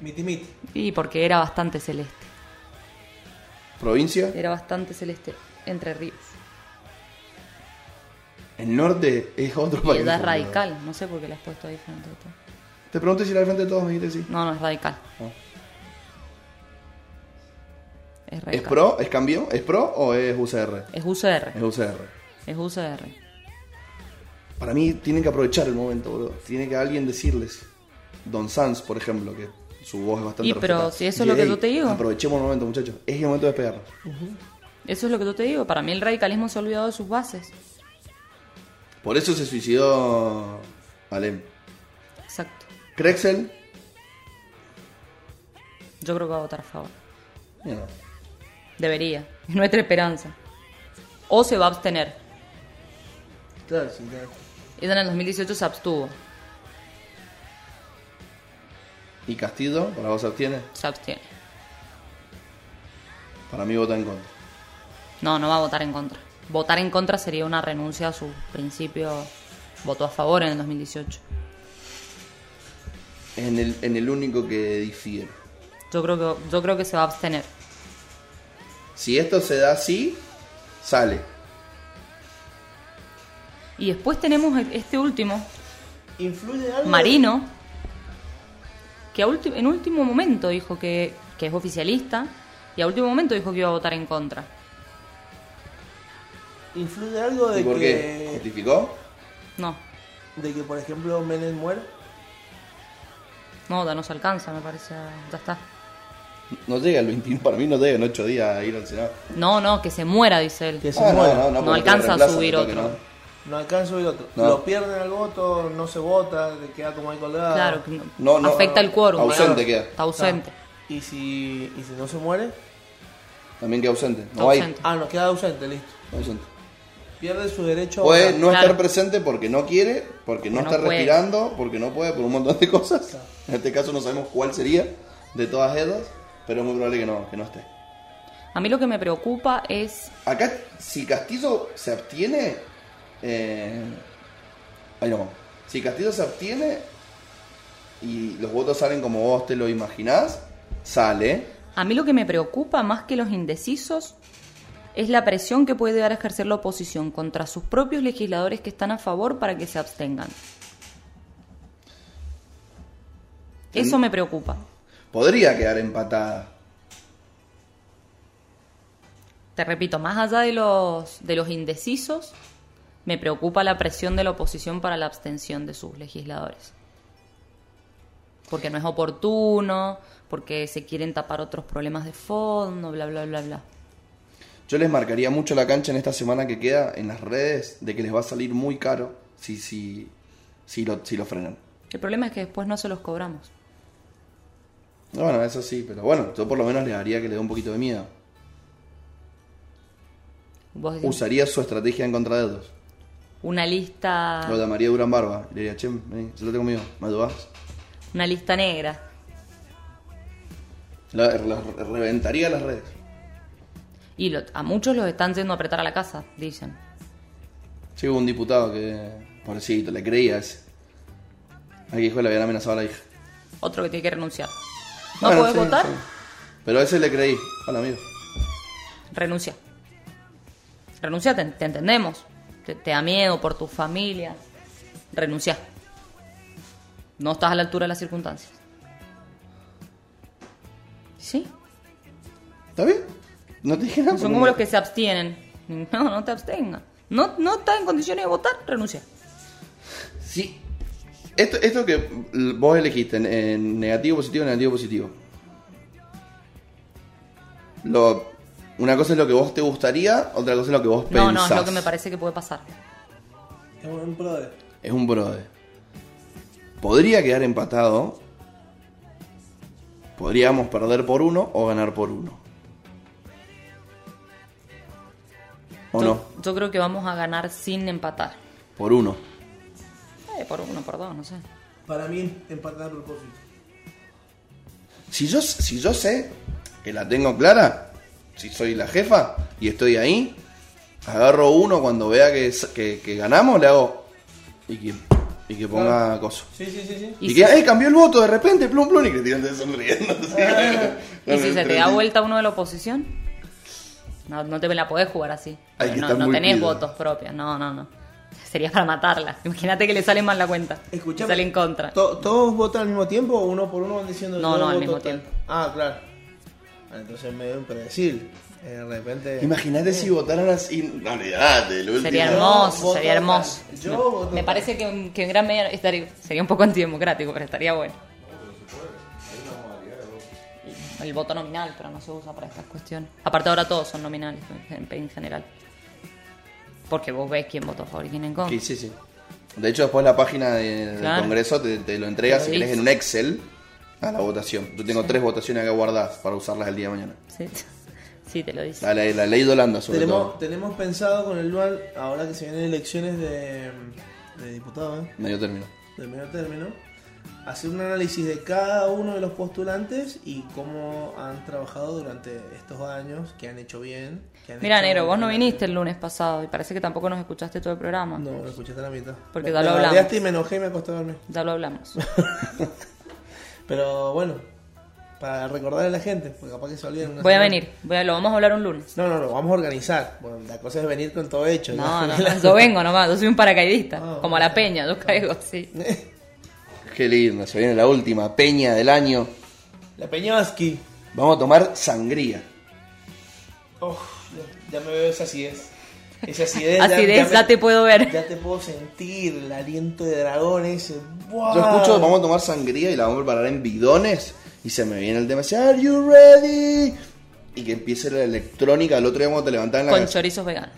Miti, miti. Y porque era bastante celeste. provincia. Era bastante celeste entre ríos. El norte es otro Y país. ella es radical. No sé por qué la has puesto ahí frente a todo. Te pregunté si era al frente de todos, me dijiste que sí. No, no, es radical. Ah. Es ¿Es radical. pro? ¿Es cambio? ¿Es pro o es UCR? Es UCR. Es UCR. Es UCR. Para mí tienen que aprovechar el momento, boludo. Tiene que alguien decirles. Don Sanz, por ejemplo, que su voz es bastante Y, pero, respetada. si eso es lo que Ey, yo te digo. Aprovechemos el momento, muchachos. Es el momento de despegarnos. Eso es lo que yo te digo. Para mí el radicalismo se ha olvidado de sus bases. Por eso se suicidó Alem. Exacto. Crexel. Yo creo que va a votar a favor. mira, Debería. Es nuestra esperanza. O se va a abstener. Claro, sí, claro. Ella en el 2018 se abstuvo. Y Castillo, para vos se abstiene. Se abstiene. Para mí vota en contra. No, no va a votar en contra. Votar en contra sería una renuncia a su principio. Votó a favor en el 2018. En el, en el único que difiere. Yo creo que, yo creo que se va a abstener. Si esto se da así, sale. Y después tenemos este último, ¿Influye algo? Marino, que a ulti- en último momento dijo que, que es oficialista y a último momento dijo que iba a votar en contra. ¿Influye algo de ¿Y por qué? que. ¿Justificó? No, De que, por ejemplo, Menem muera. no, da- no se alcanza, me parece. Ya está. No llega el 21, para mí no llega en 8 días a ir al Senado. No, no, que se muera, dice él. Que se Ah, muera. no porque alcanza a reemplaza, subir no toque, otro. no. No alcanza el voto. No. Lo pierden al voto, no se vota, te queda como ahí colgado. Claro, que no- No, no, afecta el quórum. ausente claro. queda. Ah. Está ausente. ¿Y si, y si no se muere? También queda ausente. No Está hay. ausente. Ah, no, queda ausente, listo. Está ausente. Pierde su derecho a Puede votar. no Claro. estar presente porque no quiere, porque no Porque no está puede. respirando, porque no puede, por un montón de cosas. En este caso no sabemos cuál sería de todas ellas, pero es muy probable que no, que no esté. A mí lo que me preocupa es Acá, si Castillo se abstiene. Eh, ahí no. vamos. Si Castillo se abstiene y los votos salen como vos te lo imaginás, sale. A mí lo que me preocupa más que los indecisos es la presión que puede llegar a ejercer la oposición contra sus propios legisladores que están a favor para que se abstengan. Eso me preocupa. Podría quedar empatada. Te repito, más allá de los, de los indecisos, me preocupa la presión de la oposición para la abstención de sus legisladores. Porque no es oportuno, porque se quieren tapar otros problemas de fondo, bla, bla, bla, bla. Yo les marcaría mucho la cancha en esta semana que queda en las redes de que les va a salir muy caro si, si, si, lo, si lo frenan. El problema es que después no se los cobramos. No, Bueno, eso sí, pero bueno, yo por lo menos les haría que le dé un poquito de miedo. Vos decís, Usaría su estrategia en contra de ellos. una lista Lo llamaría Durán Barba. y Le diría, che, vení, yo lo tengo miedo, ¿me ayudás? una lista negra. La- la- reventaría las redes. Y lo- a muchos los están yendo a apretar a la casa, dicen. Sí, hubo un diputado que, pobrecito, le creía a ese. Al que dijo que le habían amenazado a la hija. Otro que tiene que renunciar. ¿No Bueno, podés sí, votar? sí. Pero a ese le creí. Hola, amigo. Renuncia. Renuncia, te, te entendemos. Te, te da miedo por tu familia. Renuncia. No estás a la altura de las circunstancias. ¿Sí? ¿Está bien? No te dije nada. Son pero como no- los que se abstienen. [LAUGHS] No, no te abstengas. No, no estás en condiciones de votar, renuncia. Sí. Esto, esto que l- vos elegiste en, en negativo, positivo, negativo, positivo. Lo, una cosa es lo que vos te gustaría, otra cosa es lo que vos No, pensás. no, es lo que me parece que puede pasar. Es un brother. Es un brode. Podría quedar empatado. Podríamos perder por uno o ganar por uno. ¿O yo, no? yo creo que vamos a ganar sin empatar. Por uno. Eh, por uno, por dos, no sé. Para mí, empatar a propósito. Si yo, si yo sé que la tengo clara, si soy la jefa y estoy ahí, agarro uno cuando vea que, s- que- que ganamos, le hago. Y que, y que ponga Claro. coso. Sí, sí, sí, sí. Y, Y que, si- ¡eh! Cambió el voto de repente, plum, plum, y que tiran de sonriendo. así. [LAUGHS] ¿Y si se te da Entre- vuelta uno de la oposición? No, no te la podés jugar así. Hay que no, estar no muy tenés pila. votos propios, no, no, no. Sería para matarla. [LAUGHS] Imagínate que le sale mal la cuenta. Escuchame. Sale en contra. ¿To- ¿Todos votan al mismo tiempo o uno por uno van diciendo No, yo no, al voto mismo tal? tiempo. Ah, claro. Ah, Entonces medio impredecible. Eh, De repente. Imagínate si votaran así. No, olvidate, el último. Sería Yo hermoso, voto sería tal. hermoso. Yo Me- voto me, tal. parece que, en- que en gran medida estaría- sería un poco antidemocrático, pero estaría bueno. El voto nominal, pero no se usa para estas cuestiones. Aparte ahora todos son nominales en, en general. Porque vos ves quién votó a favor y quién en contra. Sí, sí, sí. De hecho, después la página de- del Claro. Congreso te, te lo entrega, Lo si querés, dice. en un Excel a la votación. Yo tengo tres votaciones acá guardadas para usarlas el día de mañana. Sí, [LAUGHS] sí, te lo dice. La, la- la ley de Holanda, sobre Tenemos, todo. tenemos pensado con el dual, ahora que se vienen elecciones de, de diputados, ¿eh? Medio término. de medio término, hacer un análisis de cada uno de los postulantes y cómo han trabajado durante estos años, que han hecho bien. qué han Mira, hecho Nero, vos no mal. viniste el lunes pasado y parece que tampoco nos escuchaste todo el programa. No, lo escuchaste a la mitad. Porque Me- ya lo me hablamos. bardeaste y me enojé y me acosté a dormir. Ya lo [LAUGHS] hablamos. Pero bueno, para recordarle a la gente, porque capaz que se olvidan. una Voy a semana. venir, voy a- lo vamos a hablar un lunes. No, no, lo vamos a organizar. Bueno, la cosa es venir con todo hecho. No, [LAUGHS] no, no, yo vengo nomás, yo soy un paracaidista, Ah, como a la peña, yo caigo así. Qué lindo, se viene la última peña del año. La Peñoski. Vamos a tomar sangría. Oh, ya, ya me veo esa acidez. Esa acidez. Así de me- esa te puedo ver. Ya te puedo sentir el aliento de dragón ese. ¡Buah! Yo Ah. escucho, vamos a tomar sangría y la vamos a preparar en bidones. Y se me viene el tema, así, ¿Are you ready? Y que empiece la electrónica. El otro día cuando te levantás en la Con cabeza. chorizos veganos.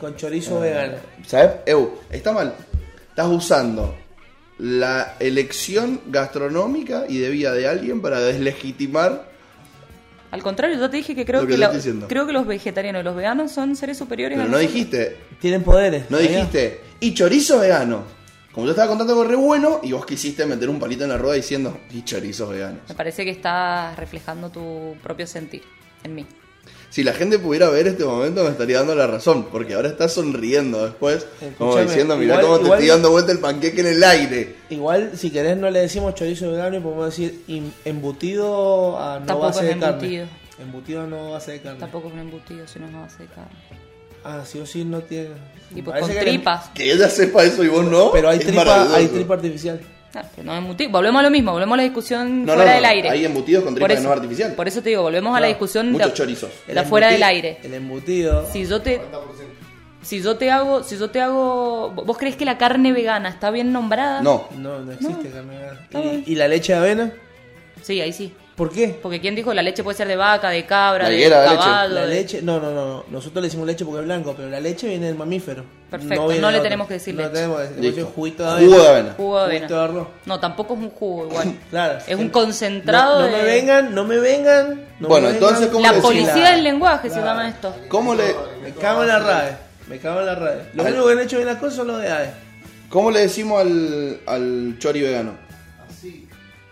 Con Ah. chorizo vegano. ¿Sabes? Eu, está mal. Estás usando la elección gastronómica y de vida de alguien para deslegitimar. Al contrario, yo te dije que creo Lo que que, te la- estoy diciendo. creo que los vegetarianos y los veganos son seres superiores Pero a no nosotros. dijiste, Tienen poderes. no ¿sabías? dijiste. Y chorizo vegano. Como yo estaba contando algo re bueno y vos quisiste meter un palito en la rueda diciendo, y chorizos veganos. Me parece que estás reflejando tu propio sentir en mí. Si la gente pudiera ver este momento me estaría dando la razón, porque ahora está sonriendo después, como Escúchame, diciendo, mirá igual- cómo te igual- estoy dando vuelta el panqueque en el aire. Igual, si querés, no le decimos chorizo vegano y podemos decir im- embutido a no Tampoco base es de embutido. carne. Embutido a no base de carne. Tampoco es un embutido, sino es a base de carne. Ah, sí o sí no tiene. Y pues Parece con que le- tripas. Que ella sepa eso y vos no. Pero hay es tripa, maravilloso. hay tripa artificial. Ah, pero no es embutido. Volvemos a lo mismo, volvemos a la discusión No, no, fuera no, del aire. hay embutidos con tripa que no es artificial. Por eso te digo, volvemos a la Claro, discusión muchos de, chorizos. de afuera del embutido- aire. El embutido. Si yo te si yo te hago, si yo te hago, ¿vos crees que la carne vegana está bien nombrada? No, No, no existe carne Está vegana. bien. ¿Y, y la leche de avena? Sí, ahí sí. ¿Por qué? Porque quién dijo la leche puede ser de vaca, de cabra, La de higuera de leche. caballo. La de- leche, no, no, no, no. Nosotros le decimos leche porque es blanco, pero la leche viene del mamífero. Perfecto, viene no de le otro. tenemos que decir no leche. tenemos que decir, le listo. decimos juguito de avena. Jugo de avena. Jugo de avena. Juguito de arroz. No, tampoco es un [LAUGHS] jugo igual. Claro. Es un concentrado No, no de- me vengan, no me vengan. no Bueno, me entonces, ¿cómo La le decís? policía del lenguaje se Claro. llama esto. ¿cómo le, Me cago en la RAE. Me cago en la RAE. Lo Al- único que han hecho bien las cosas son los de AE. cómo le decimos al, al chori vegano?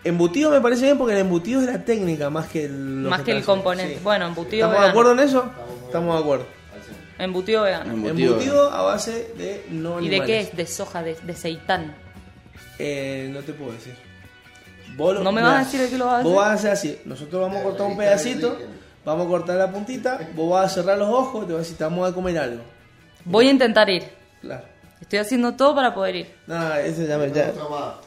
Embutido me parece bien porque el embutido es la técnica más que el. lo Más que el parece. componente. Sí. Bueno, embutido ¿Estamos de vegano. acuerdo en eso? Estamos de acuerdo. Embutido vegano. Embutido. Embutido a base de no ¿Y animales. de qué es? De soja, de, de seitán. Eh, no te puedo decir. Vos lo- No me mirá, vas a decir de qué lo vas a Vos hacer. vas a hacer así. Nosotros vamos a cortar un pedacito, vamos a cortar la puntita, vos vas a cerrar los ojos y te vas a decir, "Te vamos a comer algo. Voy a intentar ir. Claro. Estoy haciendo todo para poder ir. Nada, ese ya me. ya-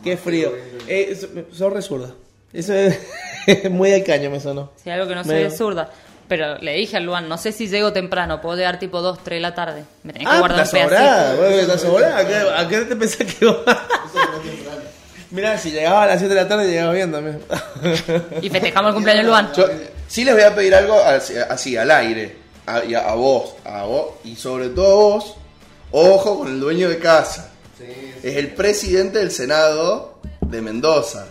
Qué frío. Eh, eso- me- son resurda. Eso es [LAUGHS] muy del caño, me sonó. Si algo que no soy Bueno. de zurda. Pero le dije al Luan, no sé si llego temprano, puedo llegar tipo 2, 3 de la tarde. Me tenés que Ah, guardar estás un pedacito. sobrada, güey, estás sobrada. ¿A qué, a qué te pensás que vos? Mirá, si llegaba a las 7 de la tarde, llegaba bien también. Y festejamos el cumpleaños del Luan. Yo sí les voy a pedir algo así, así, al aire, a, y a- a vos, a vos, y sobre todo a vos, ojo con el dueño de casa. Es el presidente del Senado de Mendoza,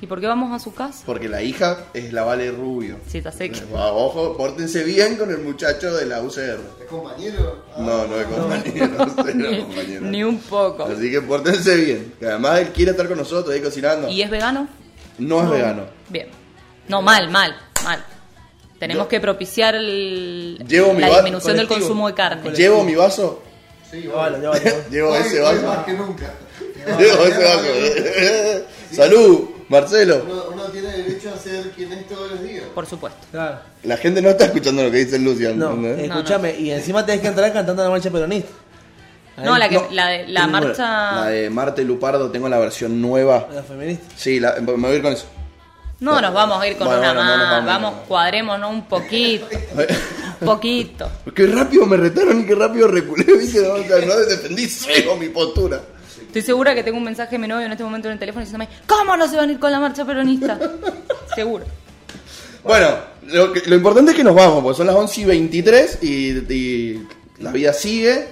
¿Y por qué vamos a su casa? porque la hija es la Vale Rubio. Sí, está seca. Ah, Ojo, pórtense bien con el muchacho de la UCR. ¿Es compañero? Ah, No, no es compañero, [LAUGHS] no era compañero. [LAUGHS] Ni un poco. Así que pórtense bien. Que además él quiere estar con nosotros, ahí cocinando. ¿Y es vegano? No es vegano. Bien. No, mal, mal, mal. Tenemos Yo- que propiciar el- Llevo mi la bar- disminución del colectivo. consumo de carne. Llevo mi vaso, Sí, Llévalo, vale. llévalo. llevo Hoy- ese hoy vaso. más que [LAUGHS] nunca. [LAUGHS] Diego, ese eh. vaso. [LAUGHS] Salud, Marcelo. Uno, uno tiene derecho a ser quien es todos los días. Por supuesto. Claro. La gente no está escuchando lo que dice Lucian. No, eh, ¿entendés? escúchame, y encima tenés que entrar cantando la marcha peronista. Ahí. No, la, que, la, de- la Tengo marcha... La de Marta y Lupardo, tengo la versión nueva. La feminista. Sí, la- me voy a ir con eso. [LAUGHS] No nos vamos a ir con Bueno, una bueno, no nos más. vamos, vamos, no. cuadrémonos un poquito. un poquito. Qué rápido me retaron y qué rápido reculé. ¿viste? No, o sea, no defendí cero mi postura. Estoy segura que tengo un mensaje de mi novio en este momento en el teléfono diciéndome, ¿cómo no se van a ir con la marcha [LAUGHS] peronista? Seguro. Bueno, lo, que- lo importante es que nos vamos, porque son las 11 y 23 y, y la vida sigue.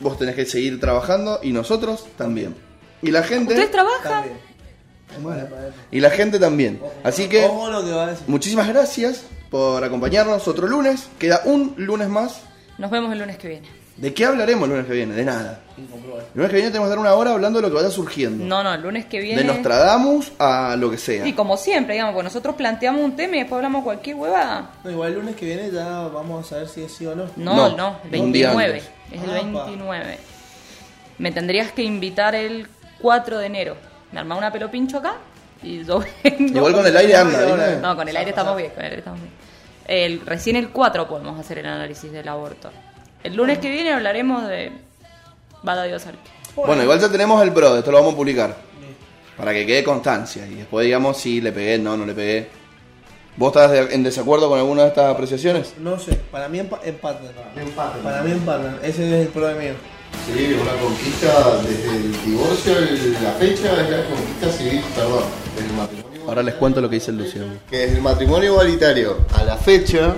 Vos tenés que seguir trabajando y nosotros también. Y la gente. ¿Ustedes trabajan? También. Y la gente también. Así que Ojo lo que va a decir. muchísimas gracias por acompañarnos otro lunes. Queda un lunes más. Nos vemos el lunes que viene. ¿De qué hablaremos el lunes que viene? De nada. El lunes que viene tenemos que dar una hora hablando de lo que vaya surgiendo. No, no, el lunes que viene. De Nostradamus a lo que sea. Sí, como siempre, digamos, porque nosotros planteamos un tema y después hablamos cualquier huevada. No, igual el lunes que viene ya vamos a saber si es sí o no. No, No, no, el un día 29. antes. Es el Ah, pa. 29. Me tendrías que invitar el 4 de enero. Me armás una pelo pincho acá y yo [LAUGHS] vengo. Igual con el aire anda, No, ¿viste? No, con el aire estamos bien, con el aire estamos bien. El, recién el 4 podemos hacer el análisis del aborto. El lunes que viene hablaremos de Bada Dios Arque. Bueno, igual ya tenemos el pro, esto lo vamos a publicar. Para que quede constancia. Y después digamos si le pegué, no, no le pegué. ¿Vos estás de- en desacuerdo con alguna de estas apreciaciones? No sé, para mí empa- empatan. Empate. Para mí empatan, ese es el problema mío. Sí, una conquista desde el divorcio, el- la fecha es la conquista civil, perdón, del matrimonio. Ahora les cuento lo que dice el Luciano. Que desde el matrimonio igualitario a la fecha,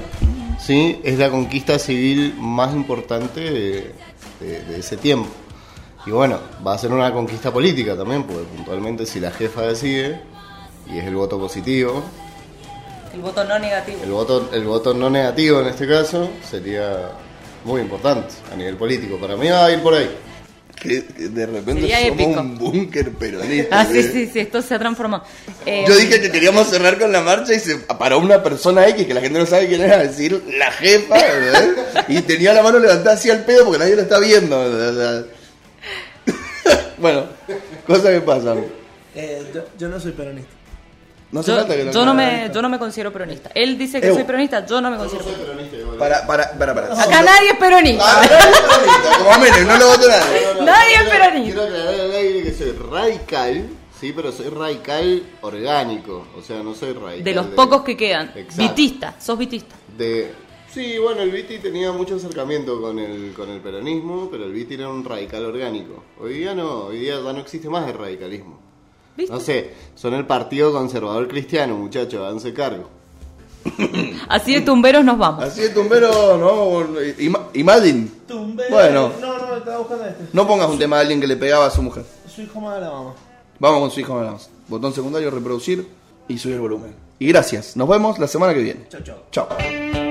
sí, es la conquista civil más importante de, de- de ese tiempo. Y bueno, va a ser una conquista política también, porque puntualmente si la jefa decide, y es el voto positivo, El voto no negativo. el voto, el voto no negativo en este caso sería muy importante a nivel político. Para mí va a ir por ahí. que que de repente Sería somos épico. un búnker peronista. Ah, sí, ¿eh? sí, sí, esto se ha transformado. Eh, Yo dije que queríamos cerrar con la marcha y se paró una persona X que la gente no sabe quién era, es decir, la jefa, ¿verdad? Y tenía la mano levantada así al pedo porque nadie lo está viendo. ¿verdad? Bueno, cosas que pasan. Eh, yo, yo no soy peronista. No hace yo, falta que lo- yo no me, yo no me considero peronista. Él dice que Eu. soy peronista, yo no me considero peronista. Para, para, para, para. Acá nadie es peronista. Ah, no, como Menem, no lo voto nadie. Nadie es peronista. Quiero aclarar al aire que soy radical, sí, pero soy radical orgánico. O sea, no soy radical. De los pocos que quedan. Exacto. Vitista, sos vitista. De... Sí, bueno, el Viti tenía mucho acercamiento con el, con el peronismo, pero el Viti era un radical orgánico. Hoy día no, hoy día ya no existe más el radicalismo. ¿Viste? No sé, son el Partido Conservador Cristiano, muchachos, háganse cargo. Así de tumberos nos vamos. Así es, tumbero, no. Ima- Imagine. Tumbe. Bueno. No, no, estaba buscando este. No pongas un tema de alguien que le pegaba a su mujer. Su hijo más de la mamá. Vamos con su hijo más. Botón secundario, reproducir y subir el volumen. Y gracias. Nos vemos la semana que viene. Chau, chau. Chao.